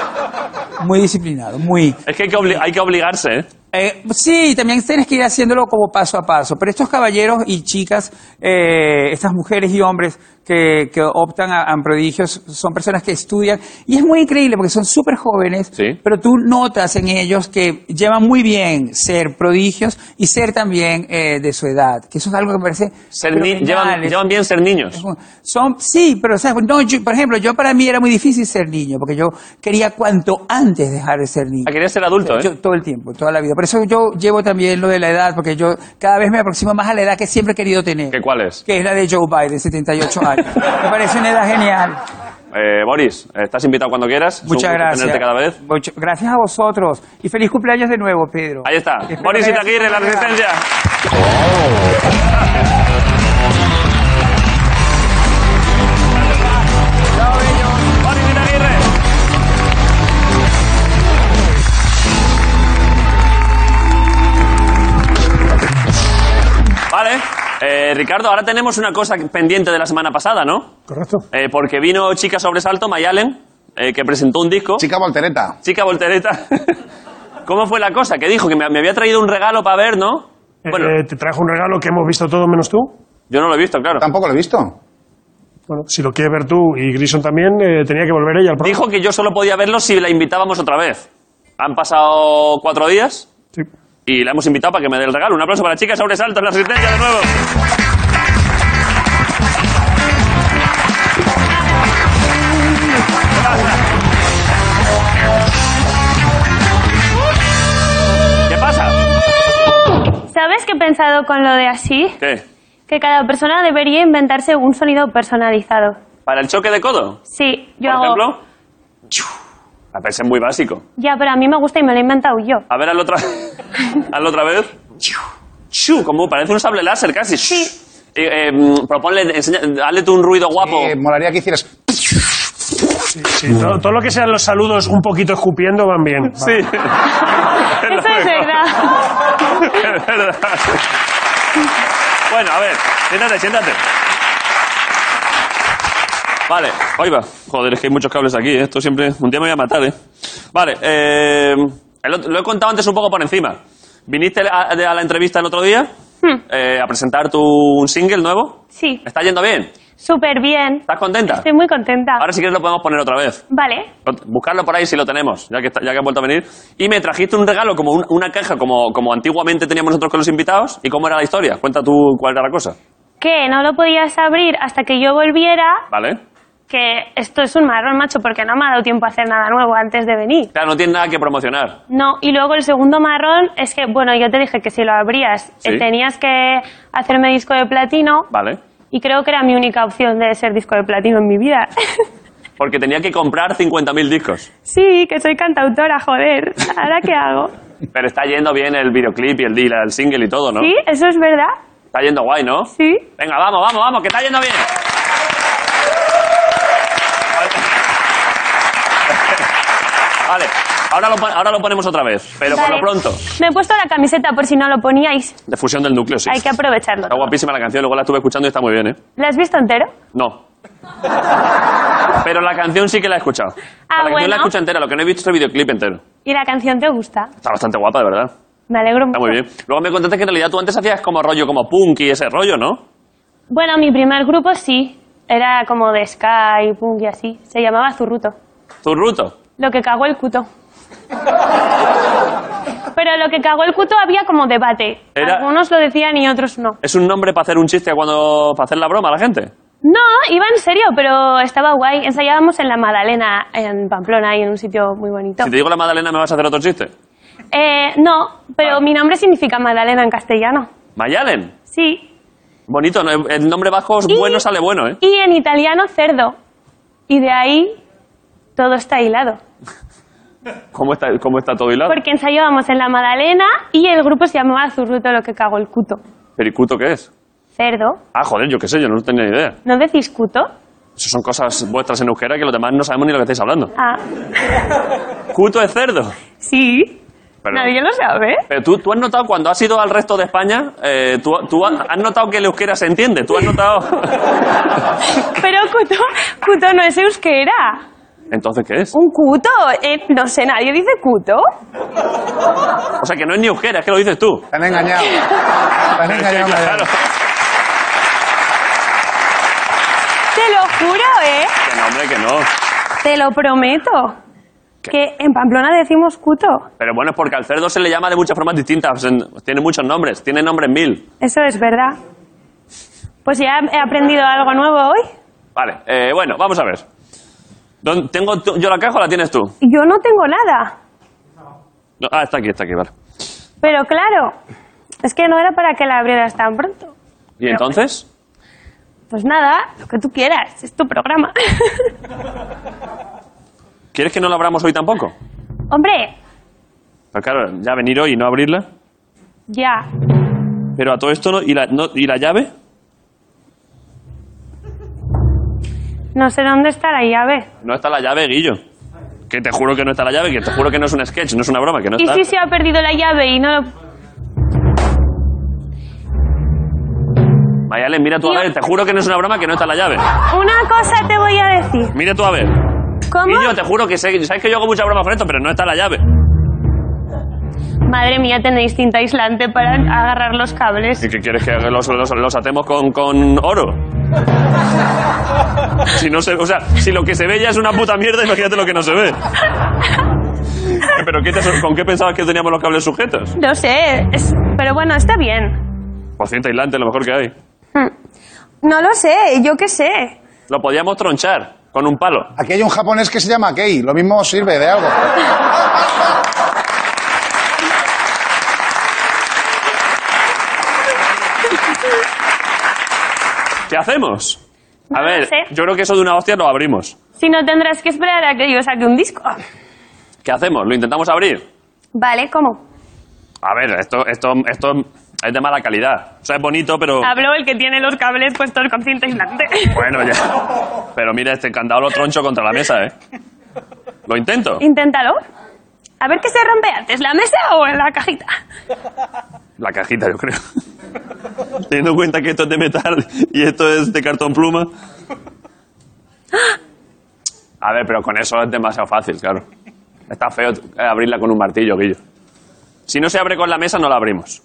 [SPEAKER 6] Muy disciplinado, muy.
[SPEAKER 1] Es que hay que, obli- hay que obligarse, ¿eh?
[SPEAKER 6] Eh, sí, también tienes que ir haciéndolo como paso a paso. Pero estos caballeros y chicas, eh, estas mujeres y hombres que, que optan a, a prodigios, son personas que estudian. Y es muy increíble porque son súper jóvenes,
[SPEAKER 1] Sí.
[SPEAKER 6] pero tú notas en ellos que llevan muy bien ser prodigios y ser también eh, de su edad. Que eso es algo que me parece.
[SPEAKER 1] Ser ni-
[SPEAKER 6] fenomenal.
[SPEAKER 1] llevan,
[SPEAKER 6] Es-
[SPEAKER 1] llevan bien ser niños.
[SPEAKER 6] son, sí, pero ¿sabes? No, yo- por ejemplo, yo para mí era muy difícil ser niño porque yo quería cuanto antes dejar de ser niño.
[SPEAKER 1] Ah, Querías ser adulto, ¿eh?
[SPEAKER 6] Yo, todo el tiempo, toda la vida. Por eso yo llevo también lo de la edad, porque yo cada vez me aproximo más a la edad que siempre he querido tener.
[SPEAKER 1] ¿Qué cuál es?
[SPEAKER 6] Que es la de Joe Biden, 78
[SPEAKER 1] <laughs>
[SPEAKER 6] años. Me parece una edad genial.
[SPEAKER 1] Eh, Boris, estás invitado cuando quieras. Es un
[SPEAKER 6] Muchas
[SPEAKER 1] gusto
[SPEAKER 6] gracias.
[SPEAKER 1] tenerte cada vez.
[SPEAKER 6] Mucho- gracias a vosotros. Y feliz cumpleaños de nuevo, Pedro.
[SPEAKER 1] Ahí está.
[SPEAKER 6] Espero
[SPEAKER 1] Boris
[SPEAKER 6] que hayas
[SPEAKER 1] Itaguirre, La
[SPEAKER 6] sido
[SPEAKER 1] Resistencia. Boris Itaguirre. Vale. Eh, Ricardo, ahora tenemos una cosa pendiente de la semana pasada, ¿no?
[SPEAKER 3] Correcto.
[SPEAKER 1] Eh, porque vino Chica Sobresalto, Mayalen, eh, que presentó un disco.
[SPEAKER 4] Chica voltereta.
[SPEAKER 1] Chica voltereta. <laughs> ¿Cómo fue la cosa? Que dijo que me, me había traído un regalo para ver, ¿no? Bueno,
[SPEAKER 3] Eh, te trajo un regalo que hemos visto todos menos tú.
[SPEAKER 1] yo no lo he visto, claro.
[SPEAKER 4] Tampoco lo he visto.
[SPEAKER 3] Bueno, si lo quieres ver tú y Grison también, eh, tenía que volver ella al programa.
[SPEAKER 1] Dijo que yo solo podía verlo si la invitábamos otra vez. Han pasado cuatro días
[SPEAKER 3] Sí.
[SPEAKER 1] y la hemos invitado para que me dé el regalo. Un aplauso para Chica Sobresalto en la asistencia de nuevo.
[SPEAKER 7] pensado con lo de así?
[SPEAKER 1] ¿Qué?
[SPEAKER 7] Que cada persona debería inventarse un sonido personalizado.
[SPEAKER 1] ¿Para el choque de codo?
[SPEAKER 7] Sí,
[SPEAKER 1] Por
[SPEAKER 7] yo hago.
[SPEAKER 1] ejemplo. Me parece muy básico.
[SPEAKER 7] Ya, pero a mí me gusta y me lo he inventado
[SPEAKER 1] <laughs>
[SPEAKER 7] yo.
[SPEAKER 1] A ver, hazlo otra, hazlo otra vez. Chu, como parece un sable láser casi. Eh, eh, mm, proponle, enseña, hazle tú un ruido guapo.
[SPEAKER 4] Eh, molaría que hicieras.
[SPEAKER 3] Sí, todo, todo lo que sean los saludos un poquito escupiendo van bien.
[SPEAKER 1] Sí.
[SPEAKER 7] Eso es verdad.
[SPEAKER 1] <laughs> Es verdad. Bueno, a ver, siéntate, siéntate. Vale, ahí va. Joder, es que hay muchos cables aquí, ¿eh? esto siempre... Un día me voy a matar, ¿eh? Vale, eh, el otro- lo he contado antes un poco por encima. Viniste a, a la entrevista el otro día
[SPEAKER 7] Hmm.
[SPEAKER 1] eh, a presentar tu un single nuevo.
[SPEAKER 7] Sí,
[SPEAKER 1] ¿Está yendo bien?
[SPEAKER 7] súper bien.
[SPEAKER 1] ¿Estás contenta?
[SPEAKER 7] Estoy muy contenta.
[SPEAKER 1] Ahora si quieres lo podemos poner otra vez.
[SPEAKER 7] Vale,
[SPEAKER 1] Buscarlo por ahí si lo tenemos, ya que, está- ya que has vuelto a venir. Y me trajiste un regalo, como un- una caja, como, como antiguamente teníamos nosotros con los invitados. ¿Y cómo era la historia? Cuenta tú cuál era la cosa.
[SPEAKER 7] que no lo podías abrir hasta que yo volviera,
[SPEAKER 1] ¿Vale?
[SPEAKER 7] que esto es un marrón, macho, porque no me ha dado tiempo a hacer nada nuevo antes de venir.
[SPEAKER 1] Claro, no tiene nada que promocionar.
[SPEAKER 7] No, y luego el segundo marrón es que, bueno, yo te dije que si lo abrías
[SPEAKER 1] Sí.
[SPEAKER 7] eh, tenías que hacerme disco de platino
[SPEAKER 1] ¿Vale?
[SPEAKER 7] y creo que era mi única opción de ser disco de platino en mi vida. <laughs>
[SPEAKER 1] Porque tenía que comprar 50.000 discos.
[SPEAKER 7] sí, que soy cantautora, joder. ¿Ahora qué
[SPEAKER 1] <laughs>
[SPEAKER 7] hago?
[SPEAKER 1] Pero está yendo bien el videoclip y el, y la- el single y todo, ¿no?
[SPEAKER 7] Sí, eso es verdad.
[SPEAKER 1] Está yendo guay, ¿no?
[SPEAKER 7] Sí.
[SPEAKER 1] Venga, vamos, vamos, vamos, que está yendo bien. <laughs> Vale, ahora lo, pon- ahora lo ponemos otra vez, pero por
[SPEAKER 7] Vale.
[SPEAKER 1] lo pronto.
[SPEAKER 7] Me he puesto la camiseta por si no lo poníais.
[SPEAKER 1] De fusión del núcleo, sí.
[SPEAKER 7] Hay que aprovecharlo.
[SPEAKER 1] Está guapísima la canción, luego la estuve escuchando y está muy bien, ¿eh?
[SPEAKER 7] ¿La has visto entero?
[SPEAKER 1] No. Pero la canción sí que la he escuchado. la canción
[SPEAKER 7] Ah,
[SPEAKER 1] la
[SPEAKER 7] bueno.
[SPEAKER 1] escucho entera, lo que no he visto es el videoclip entero.
[SPEAKER 7] ¿Y la canción te gusta?
[SPEAKER 1] Está bastante guapa, de verdad.
[SPEAKER 7] Me alegro mucho.
[SPEAKER 1] Está muy bien. Luego me contaste que en realidad tú antes hacías como rollo, como punk y ese rollo, ¿no?
[SPEAKER 7] Bueno, mi primer grupo sí. Era como de ska y punk y así. Se llamaba Zurruto.
[SPEAKER 1] Zurruto.
[SPEAKER 7] Lo que cagó el cuto. Pero lo que cagó el cuto había como debate.
[SPEAKER 1] Era-
[SPEAKER 7] Algunos lo decían y otros no.
[SPEAKER 1] ¿Es un nombre para hacer un chiste cuando... para hacer la broma a la gente?
[SPEAKER 7] No, iba en serio, pero estaba guay. Ensayábamos en la Madalena, en Pamplona, y en un sitio muy bonito.
[SPEAKER 1] Si te digo la Madalena, ¿me vas a hacer otro chiste?
[SPEAKER 7] Eh, no,
[SPEAKER 1] Ah.
[SPEAKER 7] pero mi nombre significa Madalena en castellano.
[SPEAKER 1] Mayalen.
[SPEAKER 7] Sí.
[SPEAKER 1] Bonito, ¿no? el nombre bajo es
[SPEAKER 7] Y-
[SPEAKER 1] bueno, sale bueno, ¿eh?
[SPEAKER 7] Y en italiano, cerdo. Y de ahí todo está hilado.
[SPEAKER 1] ¿Cómo está, cómo está todo hilado?
[SPEAKER 7] Porque ensayábamos en la Madalena y el grupo se llamaba Zurruto lo que cago el cuto.
[SPEAKER 1] ¿Pericuto qué es?
[SPEAKER 7] Cerdo.
[SPEAKER 1] Ah, joder, yo qué sé, yo no tenía ni idea.
[SPEAKER 7] ¿No decís cuto?
[SPEAKER 1] Eso son cosas vuestras en euskera que los demás no sabemos ni lo que estáis hablando.
[SPEAKER 7] Ah,
[SPEAKER 1] Cuto es cerdo.
[SPEAKER 7] sí.
[SPEAKER 1] Pero-
[SPEAKER 7] Nadie lo sabe.
[SPEAKER 1] Pero tú, tú has notado, cuando has ido al resto de España, eh, tú, tú has, has notado que el euskera se entiende. Tú has notado... <laughs>
[SPEAKER 7] Pero cuto, cuto no es euskera.
[SPEAKER 1] Entonces, ¿qué es?
[SPEAKER 7] Un cuto. eh, no sé, nadie dice cuto.
[SPEAKER 1] O sea, que no es ni euskera, es que lo dices tú.
[SPEAKER 4] Te
[SPEAKER 1] <laughs>
[SPEAKER 4] han engañado. Te han engañado,
[SPEAKER 1] Claro.
[SPEAKER 4] Mayalen.
[SPEAKER 7] Te lo juro, ¿eh?
[SPEAKER 1] Que no, hombre, que no.
[SPEAKER 7] Te lo prometo. Que en Pamplona decimos cuto.
[SPEAKER 1] Pero bueno, es porque al cerdo se le llama de muchas formas distintas. en- Tiene muchos nombres, tiene nombres mil.
[SPEAKER 7] Eso es verdad. Pues ya he aprendido algo nuevo hoy.
[SPEAKER 1] Vale, eh, bueno, vamos a ver. ¿Dónde- ¿Tengo tú- yo la caja o la tienes tú?
[SPEAKER 7] Yo no tengo nada.
[SPEAKER 1] No, ah, está aquí, está aquí, vale.
[SPEAKER 7] Pero claro, es que no era para que la abrieras tan pronto.
[SPEAKER 1] ¿Y entonces?
[SPEAKER 7] Pues nada, lo que tú quieras, es tu programa. <laughs>
[SPEAKER 1] ¿Quieres que no la abramos hoy tampoco?
[SPEAKER 7] Hombre,
[SPEAKER 1] Pero claro, ya venir hoy y no abrirla.
[SPEAKER 7] ya.
[SPEAKER 1] Pero a todo esto, no- ¿y, la, no- ¿y la llave?
[SPEAKER 7] No sé dónde está la llave.
[SPEAKER 1] No está la llave, Guillo. Que te juro que no está la llave, que te juro que no es un sketch, no es una broma, que no
[SPEAKER 7] ¿Y
[SPEAKER 1] está.
[SPEAKER 7] si se ha perdido la llave y no lo-
[SPEAKER 1] Mayalen, mira tú a
[SPEAKER 7] Tío.
[SPEAKER 1] ver, te juro que no es una broma, que no está la llave.
[SPEAKER 7] Una cosa te voy a decir.
[SPEAKER 1] Mira tú a ver.
[SPEAKER 7] ¿Cómo?
[SPEAKER 1] Guillo, te juro que sé, sabes que yo hago mucha broma con esto, pero no está la llave.
[SPEAKER 7] Madre mía, tenéis cinta aislante para agarrar los cables.
[SPEAKER 1] ¿Y qué quieres que los, los- los atemos con, con oro? Si no se, o sea, si lo que se ve ya es una puta mierda, imagínate lo que no se ve. ¿Pero qué te- con qué pensabas que teníamos los cables sujetos? Pues
[SPEAKER 7] No sé, es- pero bueno, está bien.
[SPEAKER 1] Por cierto, aislante, lo mejor que hay.
[SPEAKER 7] Hmm. No lo sé, yo qué sé.
[SPEAKER 1] Lo podíamos tronchar con un palo.
[SPEAKER 4] Aquí hay un japonés que se llama Kei. Lo mismo sirve de algo.
[SPEAKER 1] ¿Qué hacemos? A
[SPEAKER 7] No
[SPEAKER 1] ver,
[SPEAKER 7] lo sé.
[SPEAKER 1] yo creo que eso de una hostia lo abrimos.
[SPEAKER 7] Si no, tendrás que esperar a que yo saque un disco.
[SPEAKER 1] ¿Qué hacemos? ¿Lo intentamos abrir?
[SPEAKER 7] Vale, ¿cómo?
[SPEAKER 1] A ver, esto, esto, esto es de mala calidad. O sea, es bonito, pero...
[SPEAKER 7] Habló el que tiene los cables puestos con cinta aislante.
[SPEAKER 1] Bueno, ya. Pero mira, este candado lo troncho contra la mesa, ¿eh? Lo intento.
[SPEAKER 7] Inténtalo. A ver qué se rompe antes, ¿la mesa o la cajita?
[SPEAKER 1] La cajita, yo creo. Teniendo en cuenta que esto es de metal y esto es de cartón pluma. A ver, pero con eso es demasiado fácil, claro. Está feo eh, abrirla con un martillo, Guillo. Si no se abre con la mesa, no la abrimos.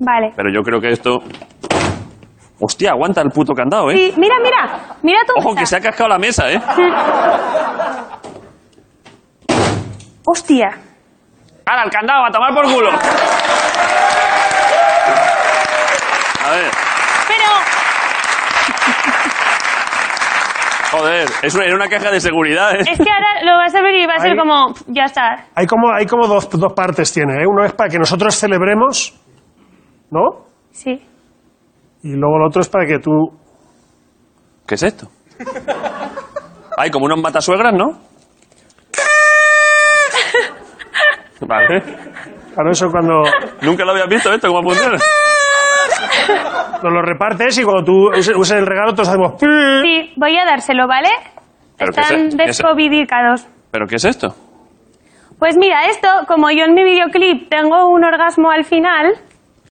[SPEAKER 7] Vale.
[SPEAKER 1] Pero yo creo que esto... Hostia, aguanta el puto candado, ¿eh?
[SPEAKER 7] Sí, mira, mira, mira tu
[SPEAKER 1] Ojo, que se
[SPEAKER 7] mesa.
[SPEAKER 1] ha cascado la mesa, ¿eh?
[SPEAKER 7] Hostia.
[SPEAKER 1] ¡Hala, el candado, a tomar por culo! A ver...
[SPEAKER 7] Pero,
[SPEAKER 1] Joder, es una, era una caja de seguridad, ¿eh?
[SPEAKER 7] es que ahora lo vas a ver y va a ser
[SPEAKER 3] Ahí.
[SPEAKER 7] como, pf, ya está.
[SPEAKER 3] Hay como, hay como dos, dos partes tiene. ¿eh? Uno es para que nosotros celebremos, ¿no?
[SPEAKER 7] Sí.
[SPEAKER 3] Y luego el otro es para que tú...
[SPEAKER 1] ¿Qué es esto? Hay como unos matasuegras, ¿no? Vale.
[SPEAKER 3] Claro, eso cuando
[SPEAKER 1] Nunca lo habías visto esto, cómo funciona.
[SPEAKER 3] nos lo repartes y cuando tú uses, uses el regalo todos hacemos... "Pi".
[SPEAKER 7] Sí, voy a dárselo, ¿vale?
[SPEAKER 1] Mm. Pero que
[SPEAKER 7] Están
[SPEAKER 1] se- que se-
[SPEAKER 7] descovidicados.
[SPEAKER 1] ¿Pero qué es esto?
[SPEAKER 7] Pues mira, esto, como yo en mi videoclip tengo un orgasmo al final,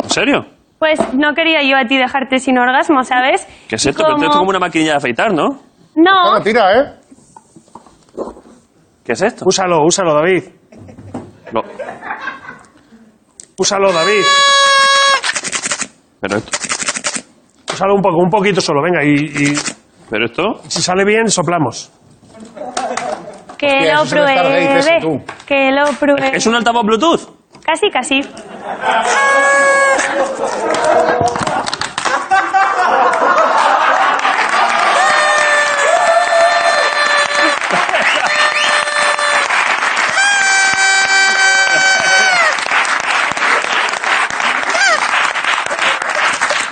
[SPEAKER 1] ¿En serio?
[SPEAKER 7] pues no quería yo a ti dejarte sin orgasmo, ¿sabes?
[SPEAKER 1] ¿Qué es
[SPEAKER 7] Y
[SPEAKER 1] esto? Pero esto es como una maquinilla de afeitar, ¿no?
[SPEAKER 7] No,
[SPEAKER 4] Bueno, tira, ¿eh?
[SPEAKER 1] ¿Qué es esto?
[SPEAKER 3] Úsalo, úsalo, David.
[SPEAKER 1] No,
[SPEAKER 3] Úsalo, David.
[SPEAKER 1] Pero esto...
[SPEAKER 3] Úsalo un poco, un poquito solo, venga. Y, y
[SPEAKER 1] ¿Pero esto?
[SPEAKER 3] si sale bien, soplamos.
[SPEAKER 7] que lo
[SPEAKER 4] eso suele estar gay,
[SPEAKER 7] pruebe.
[SPEAKER 4] eso, tú.
[SPEAKER 7] Que lo pruebe.
[SPEAKER 1] ¿Es un altavoz Bluetooth?
[SPEAKER 7] Casi, casi.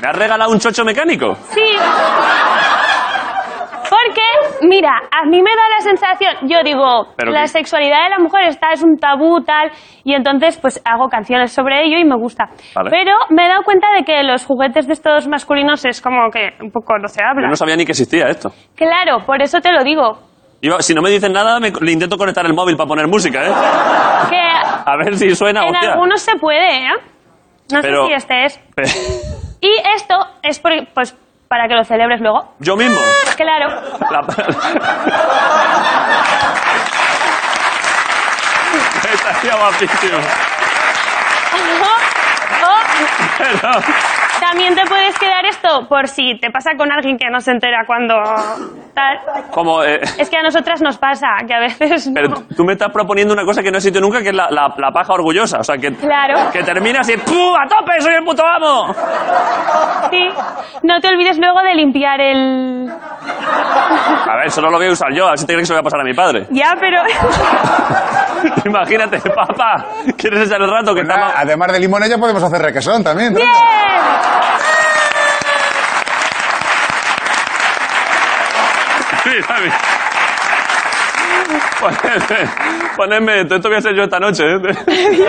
[SPEAKER 1] ¿Me has regalado un chocho mecánico?
[SPEAKER 7] Sí. Porque, mira, a mí me da la sensación, yo digo,
[SPEAKER 1] Pero
[SPEAKER 7] la
[SPEAKER 1] que-
[SPEAKER 7] sexualidad de la mujer está, es un tabú tal, y entonces pues hago canciones sobre ello y me gusta.
[SPEAKER 1] Vale.
[SPEAKER 7] Pero me he dado cuenta de que los juguetes de estos masculinos es como que un poco no se
[SPEAKER 1] Yo
[SPEAKER 7] habla.
[SPEAKER 1] no sabía ni que existía esto.
[SPEAKER 7] Claro, por eso te lo digo.
[SPEAKER 1] Iba- si no me dicen nada, me- le intento conectar el móvil para poner música, ¿eh?
[SPEAKER 7] Que
[SPEAKER 1] A ver si suena,
[SPEAKER 7] en
[SPEAKER 1] hostia.
[SPEAKER 7] algunos se puede, ¿eh? No
[SPEAKER 1] Pero-
[SPEAKER 7] sé si este es.
[SPEAKER 1] Pe-
[SPEAKER 7] Y esto es porque, pues para que lo celebres luego.
[SPEAKER 1] <laughs> Yo mismo.
[SPEAKER 7] Claro. <laughs>
[SPEAKER 1] La- <laughs> Estaría guapísimo.
[SPEAKER 7] Oh, oh.
[SPEAKER 1] Pero,
[SPEAKER 7] También te puedes quedar esto por si te pasa con alguien que no se entera cuando tal.
[SPEAKER 1] como, eh,
[SPEAKER 7] Es que a nosotras nos pasa, que a veces no.
[SPEAKER 1] pero tú me estás proponiendo una cosa que no he sentido nunca, que es la, la- la paja orgullosa. O sea, que,
[SPEAKER 7] Claro.
[SPEAKER 1] que termina así, ¡pum! ¡A tope! ¡Soy el puto amo!
[SPEAKER 7] Sí. No te olvides luego de limpiar el...
[SPEAKER 1] A ver, solo lo voy a usar yo, así te crees que se lo voy a pasar a mi padre.
[SPEAKER 7] Ya, pero... <laughs>
[SPEAKER 1] <laughs> Imagínate, papá, ¿quieres echar el rato que está
[SPEAKER 4] Ah,
[SPEAKER 1] ma-
[SPEAKER 4] Además de limonella podemos hacer requesón también. ¿no?
[SPEAKER 7] ¡Bien!
[SPEAKER 1] Mira, mira. Ponedme, ponedme, esto esto voy a hacer yo esta noche. ¿eh?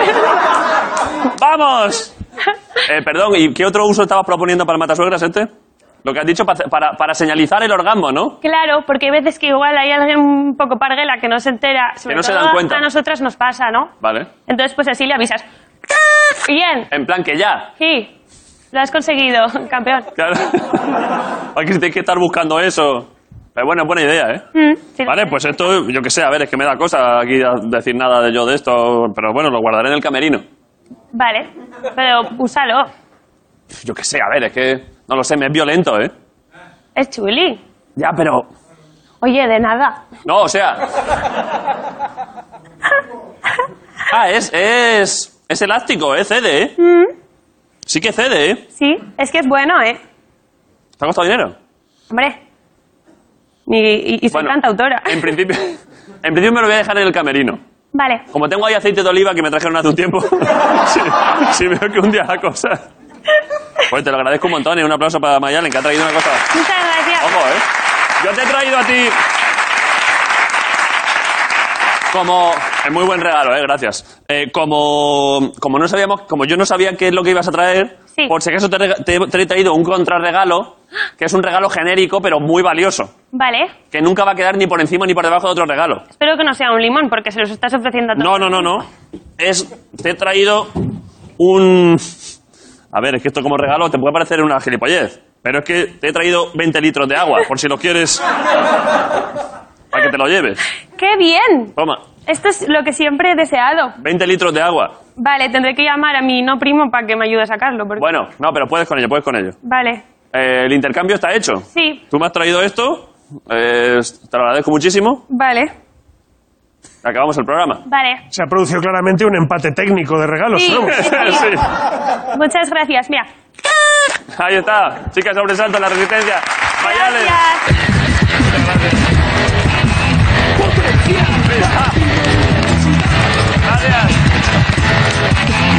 [SPEAKER 1] ¡Vamos! Eh, perdón, ¿y qué otro uso estabas proponiendo para el matasuegras este? Lo que has dicho pa- para, para señalizar el orgasmo, ¿no?
[SPEAKER 7] Claro, porque hay veces que igual hay alguien un poco parguela que no se entera. Sobre
[SPEAKER 1] Que no se
[SPEAKER 7] todo
[SPEAKER 1] dan cuenta.
[SPEAKER 7] A nosotras nos pasa, ¿no?
[SPEAKER 1] Vale.
[SPEAKER 7] Entonces, pues así le avisas. Bien.
[SPEAKER 1] En plan que ya.
[SPEAKER 7] Sí. Lo has conseguido, <laughs> campeón.
[SPEAKER 1] Claro. <laughs> Aquí tienes que estar buscando eso. Pero bueno, es buena idea, ¿eh?
[SPEAKER 7] Mm, sí.
[SPEAKER 1] Vale, pues esto, yo qué sé, a ver, es que me da cosa aquí a- decir nada de yo de esto, pero bueno, lo guardaré en el camerino.
[SPEAKER 7] Vale. Pero úsalo.
[SPEAKER 1] Yo qué sé, a ver, es que, no lo sé, me es violento, ¿eh?
[SPEAKER 7] Es chuli.
[SPEAKER 1] Ya, pero
[SPEAKER 7] Oye, de nada.
[SPEAKER 1] No, o sea. Ah, es, es. Es elástico, ¿eh? Cede, ¿eh? Sí que cede, ¿eh?
[SPEAKER 7] Sí, es que es bueno, ¿eh?
[SPEAKER 1] ¿Te ha costado dinero?
[SPEAKER 7] Hombre. Y, y- y soy
[SPEAKER 1] Bueno,
[SPEAKER 7] cantautora.
[SPEAKER 1] En principio, <laughs> en principio me lo voy a dejar en el camerino.
[SPEAKER 7] <laughs> Vale.
[SPEAKER 1] Como tengo <laughs> ahí aceite de oliva que me trajeron hace un tiempo, si, si veo que un día la cosa Pues te lo agradezco un montón y un aplauso para Mayalen, que ha traído una cosa.
[SPEAKER 7] Muchas gracias.
[SPEAKER 1] Ojo, ¿eh? Yo te he traído a ti. Como. Es muy buen regalo, ¿eh? Gracias. Eh, como. Como no sabíamos. Como yo no sabía qué es lo que ibas a traer.
[SPEAKER 7] Sí.
[SPEAKER 1] Por si acaso te, he rega- te he- te he traído un contrarregalo. Que es un regalo genérico, pero muy valioso.
[SPEAKER 7] Vale.
[SPEAKER 1] Que nunca va a quedar ni por encima ni por debajo de otro regalo.
[SPEAKER 7] Espero que no sea un limón, porque se los estás ofreciendo a todos.
[SPEAKER 1] No, no, no, no. Es. Te he traído un. A ver, es que esto como regalo te puede parecer una gilipollez. Pero es que te he traído 20 litros de agua, por si lo quieres. Para que te lo lleves.
[SPEAKER 7] ¡Qué bien!
[SPEAKER 1] Toma,
[SPEAKER 7] Esto es lo que siempre he deseado.
[SPEAKER 1] 20 litros de agua.
[SPEAKER 7] Vale, tendré que llamar a mi no primo para que me ayude a sacarlo. Porque...
[SPEAKER 1] Bueno, no, pero puedes con ello, puedes con ello.
[SPEAKER 7] Vale.
[SPEAKER 1] Eh, el intercambio está hecho.
[SPEAKER 7] Sí.
[SPEAKER 1] Tú me has traído esto. eh, te lo agradezco muchísimo.
[SPEAKER 7] Vale.
[SPEAKER 1] Acabamos el programa. <laughs>
[SPEAKER 7] Vale.
[SPEAKER 3] Se ha producido claramente un empate técnico de regalos.
[SPEAKER 7] Sí.
[SPEAKER 3] ¿no?
[SPEAKER 1] sí.
[SPEAKER 7] Muchas gracias. Mira.
[SPEAKER 1] Ahí está. Chicas, sobresalto, la resistencia. Mayales.
[SPEAKER 7] Gracias.
[SPEAKER 1] Gracias.